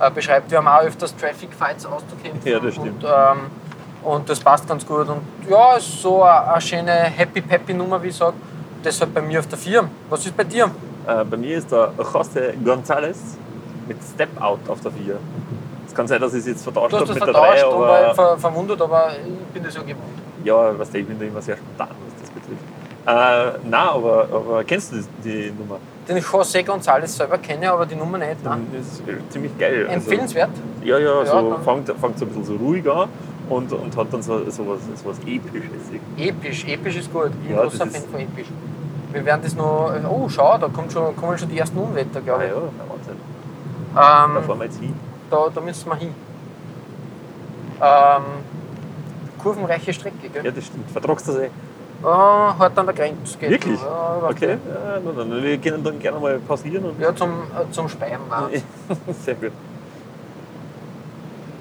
D: äh, beschreibt. Wir haben auch öfters Traffic Fights auszukämpfen.
E: Ja, das stimmt.
D: Und, ähm, und das passt ganz gut. Und ja, ist so eine, eine schöne Happy-Peppy-Nummer, wie ich sage. Deshalb bei mir auf der 4. Was ist bei dir?
E: Äh, bei mir ist der José González mit Step Out auf der 4. Es kann sein, dass ich es jetzt vertauscht
D: Du hast
E: habe
D: das
E: mit der 3,
D: vertauscht, aber
E: aber
D: ver verwundert, aber ich bin das ja gewohnt.
E: ja, weißt du, ich bin da immer sehr spontan, was das betrifft. Äh, nein, aber, aber kennst du die, die Nummer?
D: Den José González selber kenne ich, aber die Nummer nicht. Nein.
E: Das ist ziemlich geil. Mhm. Also,
D: Empfehlenswert.
E: Ja, ja,
D: Ja,
E: so
D: dann-
E: fängt, fängt so ein bisschen so ruhig an und, und hat dann so, so, was, so was Episches. irgendwie.
D: Episch, episch ist gut. Ich bin
E: Ja,
D: großer Fan
E: das ist-
D: von episch. Wir werden das noch. Oh, schau, da kommt schon, kommen schon die ersten Unwetter,
E: Ah
D: glaube ich.
E: ja, na, Wahnsinn. Da
D: Ähm,
E: fahren wir jetzt hin.
D: da, da müssen wir hin. Ähm, kurvenreiche Strecke, gell?
E: Ja, das stimmt. Vertragst du das eh?
D: Ah, hart an der Grenze geht.
E: Wirklich?
D: noch. Ja, warte.
E: Okay, ja, na, dann, wir können dann gerne mal pausieren. Und
D: Ja, zum, äh, zum Speiben war.
E: Sehr gut.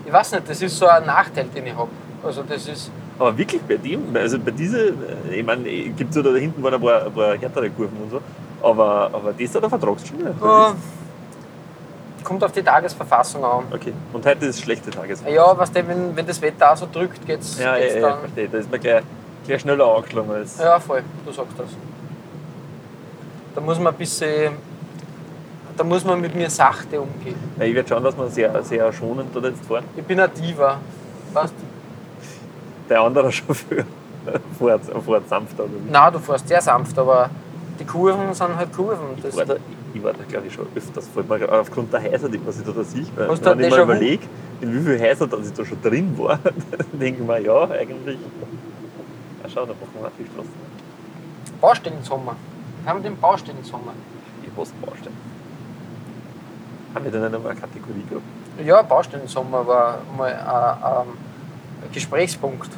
D: Ich weiß nicht, das ist so ein Nachteil, den ich habe. Also, das ist.
E: Aber wirklich bei dem, also bei dieser, ich meine, gibt es da hinten waren ein paar, ein paar härtere Kurven und so, aber, aber das hat er vertragst schon. wieder.
D: Äh, kommt auf die Tagesverfassung an.
E: Okay, und heute ist schlechte Tages.
D: Ja, was denn, wenn, wenn das Wetter auch so drückt, geht's,
E: ja,
D: geht's
E: ja, ja,
D: dann.
E: verstehe, da ist man gleich, gleich schneller angeschlagen als.
D: Ja, voll, du sagst das. Da muss man ein bisschen. Da muss man mit mir sachte umgehen.
E: Ich werde schauen, dass wir sehr, sehr schonend dort jetzt fahren.
D: Ich bin ein Diva. Passt.
E: Der andere Chauffeur fährt, fährt sanfter. Oder wie?
D: Nein, du fährst sehr sanft, aber die Kurven sind halt Kurven. Das,
E: Ich war da, ich war da glaube ich, schon öfters. Vor allem auch aufgrund der Häuser, die man sich da, da sieht. Weil
D: Hast du
E: Wenn
D: ein
E: ich mal
D: Déjà-vu?
E: überlege, in wie vielen Häusern dass ich da schon drin war, dann denke ich mir, ja, eigentlich. Ja, schau, da machen wir auch viel Spaß.
D: Baustellensommer. Wir haben den Baustellensommer.
E: Ich hasse Baustellen. Haben wir denn einmal eine Kategorie gehabt?
D: Ja, Baustellensommer war mal ein, ein Gesprächspunkt.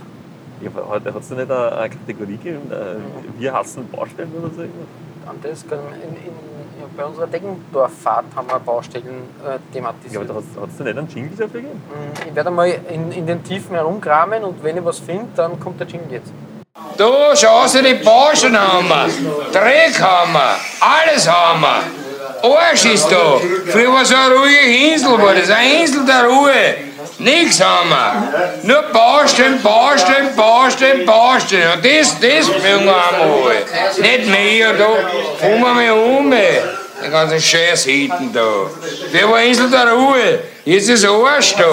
E: Ja, aber heute hat es nicht eine, eine Kategorie gegeben. äh, Wir hassen Baustellen oder so irgendwas.
D: Und das kann in, in, in, bei unserer Deggendorffahrt haben wir Baustellen äh,
E: Ja,
D: thematisiert.
E: aber hat es nicht einen Jingle dafür gegeben?
D: Mm, ich werde mal in, in den Tiefen herumkramen und wenn ich was finde, dann kommt der Jingle jetzt.
C: Du, schau sie die Borschen haben wir, Dreck haben wir, alles haben wir. Arsch ist da. Früher war so eine ruhige Insel, war das eine Insel der Ruhe. Nix haben wir. Nur Baustellen, Baustellen, Baustellen, Baustellen. Und das, das müssen wir einmal. Nicht mehr und da. Kommen wir um. ey. Den ganzen Scheiß hinten da. Früher war Insel der Ruhe. Jetzt ist Arsch da.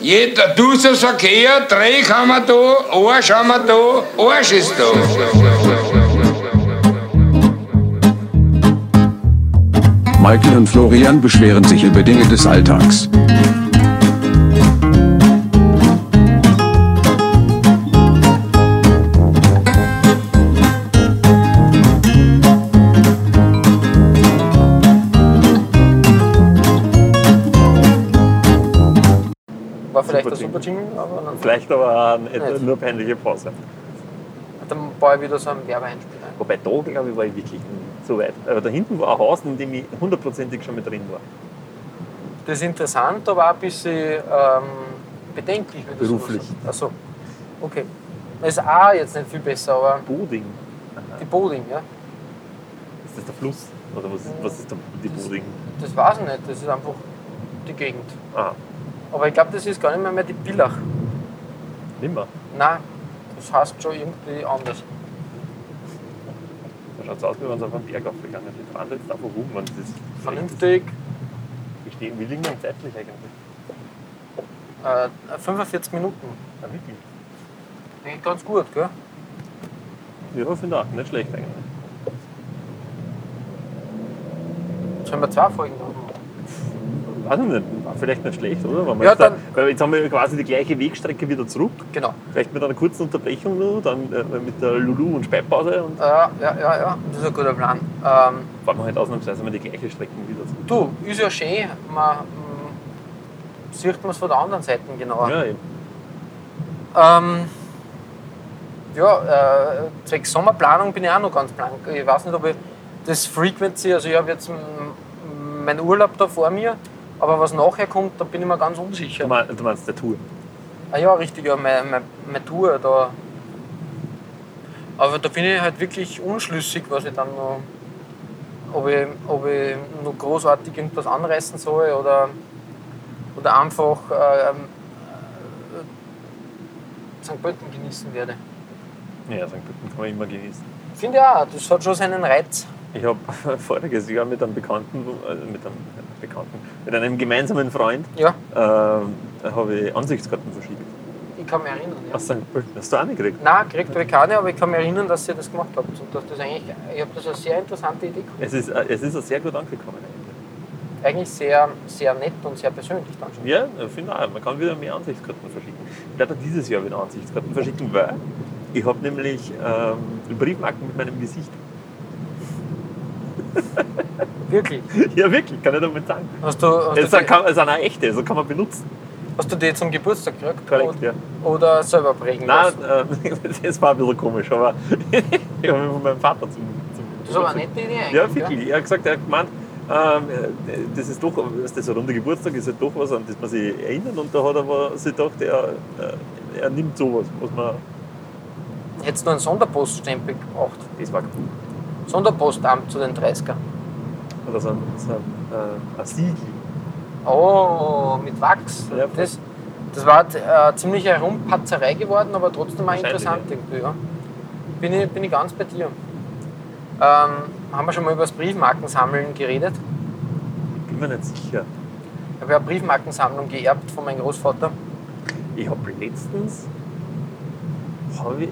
C: Jeder Duselverkehr, Dreck haben wir da, Arsch haben wir da, Arsch ist da.
B: Michael und Florian beschweren sich über Dinge des Alltags.
D: War vielleicht ein
E: Super
D: super Jingle, aber dann,
E: Vielleicht aber eine, etwa
D: Nicht.
E: nur peinliche Pause.
D: dann baue ich wieder so einen Werbeeinspiel ein.
E: Wobei da, glaube ich, war ich wirklich nicht so weit. Aber da hinten war ein Haus, in dem ich hundertprozentig schon mit drin war.
D: Das ist interessant, aber auch ein bisschen ähm, bedenklich. Wenn du
E: Beruflich.
D: Achso, okay. Das ist auch jetzt nicht viel besser, aber
E: Boding.
D: die Boding, ja.
E: Ist das der Fluss? Oder was, ist- was ist der, die Boding?
D: Das weiß ich nicht, das ist einfach die Gegend.
E: Ah,
D: Aber ich glaube, das ist gar nicht mehr, mehr die Billach.
E: nimmer.
D: Nein, das heißt schon irgendwie anders.
E: Da schaut es aus, wie wenn es auf einen Berg aufgegangen ist. Wir fahren jetzt einfach rum. Und das ist
D: Vernünftig,
E: Wir, stehen, wir liegen am zeitlich eigentlich.
D: äh, 45 Minuten.
E: Ah, wirklich?
D: Eigentlich ganz gut, gell?
E: Ja, finde ich auch. Nicht schlecht eigentlich.
D: Sollen wir zwei Folgen machen?
E: Weiß ich nicht. War vielleicht nicht schlecht, oder? Wenn wir
D: Ja,
E: jetzt, da-
D: dann-
E: weil jetzt haben wir ja quasi die gleiche Wegstrecke wieder zurück.
D: Genau.
E: Vielleicht mit einer kurzen Unterbrechung nur, dann äh, mit der Lulu- und Speipause und
D: Äh, ja, ja, ja, das ist ein guter Plan. Ähm,
E: fahren wir halt ausnahmsweise mal die gleiche Strecke wieder zurück.
D: du, ist ja schön, man mh, sieht man es von der anderen Seite genauer.
E: Ja, eben.
D: Ähm, ja, äh, zwecks Sommerplanung bin ich auch noch ganz blank. Ich weiß nicht, ob ich das Frequency, also ich habe jetzt m- m- meinen Urlaub da vor mir, aber was nachher kommt, da bin ich mir ganz unsicher.
E: Du, meinst, du meinst der Tour.
D: Ah ja, richtig, ja, meine, meine, meine Tour da. Aber da bin ich halt wirklich unschlüssig, was ich dann noch. Ob ich, ob ich noch großartig irgendwas anreißen soll oder, oder einfach äh, ähm, äh, St. Pölten genießen werde.
E: Ja, St. Pölten kann man immer genießen.
D: Finde ich auch, das hat schon seinen Reiz.
E: Ich habe voriges Jahr mit einem Bekannten, äh, mit einem Bekannten, mit einem gemeinsamen Freund,
D: Ja,
E: äh, habe ich Ansichtskarten verschiedelt.
D: ich kann mich erinnern. Ja.
E: Aus St. Pölten. Hast du eine gekriegt?
D: Nein, kriegt habe ich keine, aber ich kann mich erinnern, dass ihr das gemacht habt. Und dass das eigentlich, ich habe das eine sehr interessante Idee gefunden.
E: Es ist, äh, es ist auch sehr gut angekommen. eigentlich.
D: Eigentlich sehr, sehr nett und sehr persönlich dann schon.
E: Ja, ich finde auch. Man kann wieder mehr Ansichtskarten verschicken. Ich werde auch dieses Jahr wieder Ansichtskarten verschicken, weil ich habe nämlich ähm, Briefmarken mit meinem Gesicht.
D: Wirklich.
E: ja, wirklich, kann ich damit sagen.
D: Hast du, hast
E: Es
D: du
E: sind, kann, es sind auch echte, so kann man benutzen.
D: Hast du die zum Geburtstag gekriegt?
E: Korrekt,
D: oder,
E: ja.
D: oder selber prägen
E: Nein,
D: lassen?
E: äh, das war ein bisschen komisch, aber ich habe mich von meinem Vater zum. zum
D: Das ist aber eine nette Idee eigentlich.
E: Ja, wirklich. Er hat gesagt, er hat gemeint, ähm, äh, das ist doch, das ist ein runder Geburtstag, ist halt doch was, an das man sich erinnert. Und da hat er aber sich gedacht, er, äh, er nimmt sowas, was man.
D: ja. Hättest du einen Sonderpoststempel gemacht?
E: Das war cool.
D: Sonderpostamt zu den 30ern.
E: Oder so ein, so ein, äh, ein Siegel.
D: Oh, mit Wachs.
E: Ja, voll.
D: das, das war äh, ziemlich eine Rumpatzerei geworden, aber trotzdem auch
E: Wahrscheinlich,
D: interessant
E: ja.
D: irgendwie. Ja. Bin, ich, bin ich ganz bei dir. Ähm, haben wir schon mal über das Briefmarkensammeln geredet?
E: Ich bin mir nicht sicher.
D: Ich habe ja eine Briefmarkensammlung geerbt von meinem Großvater.
E: Ich habe letztens, hab ich,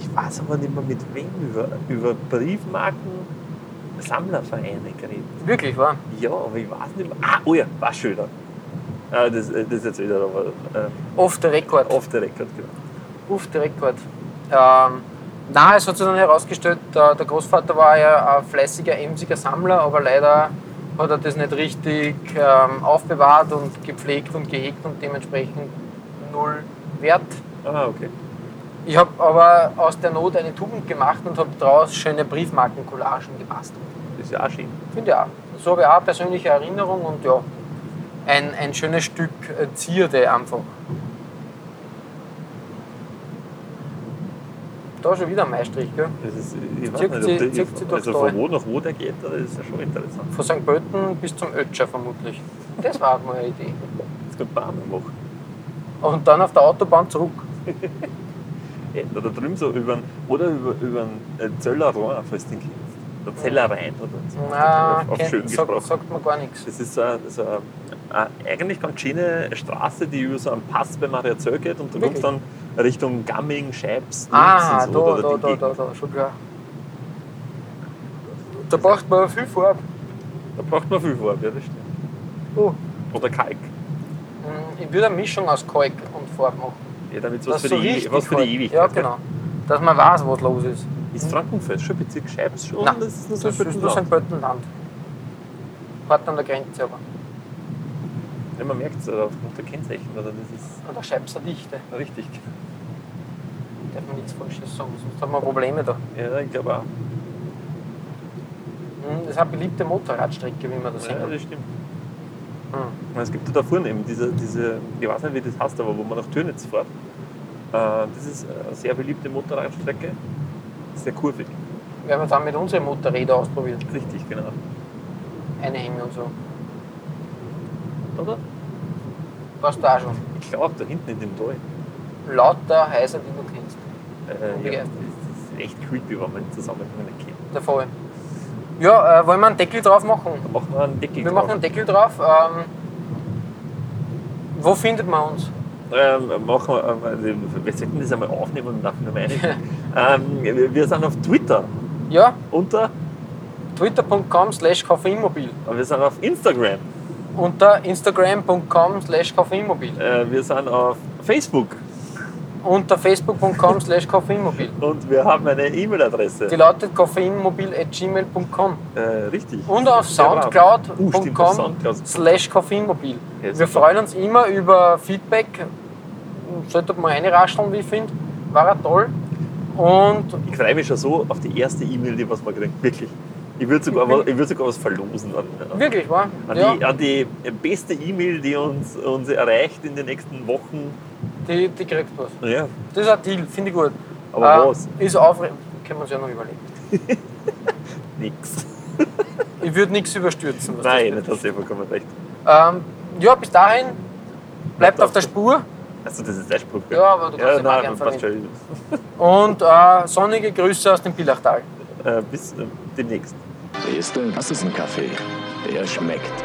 E: ich weiß aber nicht mehr mit wem, über, über Briefmarken Sammlervereine geredet.
D: Wirklich, wahr?
E: Ja, aber ich weiß nicht mehr. Ah, oh ja, war schöner. Ah, das, äh, das ist jetzt wieder, aber äh,
D: Off the record.
E: off the record, genau.
D: Off the record. Ähm, na, es hat sich dann herausgestellt, der, der Großvater war ja ein fleißiger, emsiger Sammler, aber leider hat er das nicht richtig ähm, aufbewahrt und gepflegt und gehegt und dementsprechend null Wert.
E: Ah, okay.
D: Ich habe aber aus der Not eine Tugend gemacht und habe daraus schöne Briefmarkencollagen gebastelt.
E: Ist ja auch schön.
D: Finde ich auch. So habe ich auch persönliche Erinnerung und ja, ein, ein schönes Stück äh, Zierde einfach. Da schon wieder ein Maistrich, gell?
E: Das ist, ich weiß
D: Zirkt
E: nicht,
D: sie-
E: ob der,
D: zirkt sie doch
E: also
D: da
E: von
D: ein.
E: wo nach wo der geht, das ist ja schon interessant.
D: Von St. Pölten bis zum Ötscher vermutlich. Das war mal eine Idee.
E: Das könnte man auch mal machen.
D: Und dann auf der Autobahn zurück.
E: Ja, da drüben so über oder über, über den äh, Zöller Rhein, falls du den kennst. Der Zeller Rhein oder so.
D: Na,
E: auf, auf
D: kennt-
E: schön
D: sagt-
E: gesprochen.
D: sagt mir gar nichts.
E: Das ist so eine, so eine, eine eigentlich ganz schöne Straße, die über so einen Pass bei Mariazell geht und du
D: Wirklich?
E: kommst dann Richtung Gamming, Scheibs,
D: Ah,
E: Linz
D: da,
E: und so, oder
D: da,
E: die
D: da,
E: Gegend.
D: da, da, schon klar. Da braucht man viel Farbe.
E: Da braucht man viel Farbe, ja, das stimmt.
D: Oh.
E: Oder Kalk.
D: Mm, Ich würde eine Mischung aus Kalk und Farbe machen.
E: Ja, damit es was,
D: Dass so
E: für die Ewi-
D: richtig
E: was für
D: Kalk-
E: die Ewigkeit ne?
D: Ja,
E: wird.
D: genau. Dass man weiß, was los ist.
E: Ist Frankenfeld schon Bezirk Scheibs schon?
D: Nein,
E: das ist nur so
D: Das
E: ein
D: ist nur
E: bisschen
D: St. Pöltenland. Hart an der Grenze aber.
E: Ja, man merkt es aufgrund der Kennzeichen, oder? Das ist
D: An der Scheibser Dichte.
E: richtig.
D: Darf man nichts Falsches sagen, sonst haben wir Probleme da.
E: Ja, ich glaube auch.
D: Mm, Das ist eine beliebte Motorradstrecke, wie man das Hm.
E: Ja,
D: sehen
E: das stimmt.
D: kann.
E: Es gibt ja da vorne eben diese, diese, ich weiß nicht, wie das heißt, aber wo man nach Türnitz fährt. Äh, Das ist eine sehr beliebte Motorradstrecke. Sehr kurvig.
D: Mm. Werden wir dann mit unseren Motorrädern ausprobiert.
E: Richtig, genau.
D: Einhängen und so.
E: Oder?
D: Warst du auch schon.
E: Ich glaube, da hinten in dem Tal.
D: Lauter Häuser, die du kennst.
E: Äh,
D: Ja.
E: ja, das ist echt creepy, wenn man den Zusammenhang nicht kennt.
D: Der Fall. Ja, äh, wollen wir einen Deckel drauf machen?
E: Da machen wir einen Deckel
D: Wir
E: drauf.
D: machen einen Deckel drauf. Ähm, wo findet man uns?
E: Ähm, machen wir, ähm, also wir sollten das einmal aufnehmen und nachher nochmal einigen. ähm, wir, wir sind auf Twitter
D: Ja,
E: unter,
D: twitter.com slash kaffeemobil
E: wir sind auf Instagram,
D: unter instagram.com slash kaffeemobil
E: äh, wir sind auf Facebook
D: unter facebook.com slash kaffeemobil.
E: und wir haben eine E-Mail-Adresse.
D: Die lautet koffeinmobil.gmail.com
E: Äh, richtig.
D: Genau. und auf
E: Sehr brav. Uh, stimmt, auf
D: soundcloud.com
E: Soundcloud.
D: slash koffeinmobil.
E: Ja,
D: Wir
E: super.
D: freuen uns immer über Feedback. Sollte man reinrascheln, wie ich finde. War ja toll. Und
E: Ich freue mich schon so auf die erste E-Mail, die was man kriegt. Wirklich. Ich würde sogar, was- ich würd sogar was verlosen. An,
D: wirklich, war?
E: an,
D: Ja,
E: die, an die beste E-Mail, die uns, uns erreicht in den nächsten Wochen.
D: die, die kriegt was.
E: Ja,
D: Das ist ein Deal, finde ich gut.
E: Aber
D: Äh,
E: was?
D: Ist aufregend. Können wir uns ja noch überlegen.
E: nix.
D: Ich würde nichts überstürzen. was das
E: Nein,
D: betrifft.
E: das hast du vollkommen recht.
D: Ähm, ja, bis dahin. Bleibt auf der Spur
E: Also das ist der Spruch. gell?
D: Ja, aber du
E: ja,
D: kannst ihn auch
E: nein,
D: gern
E: passt schon.
D: und äh, sonnige Grüße aus dem Pilachtal.
E: Äh, bis äh, demnächst.
A: Siehste, das ist ein Kaffee. Der schmeckt.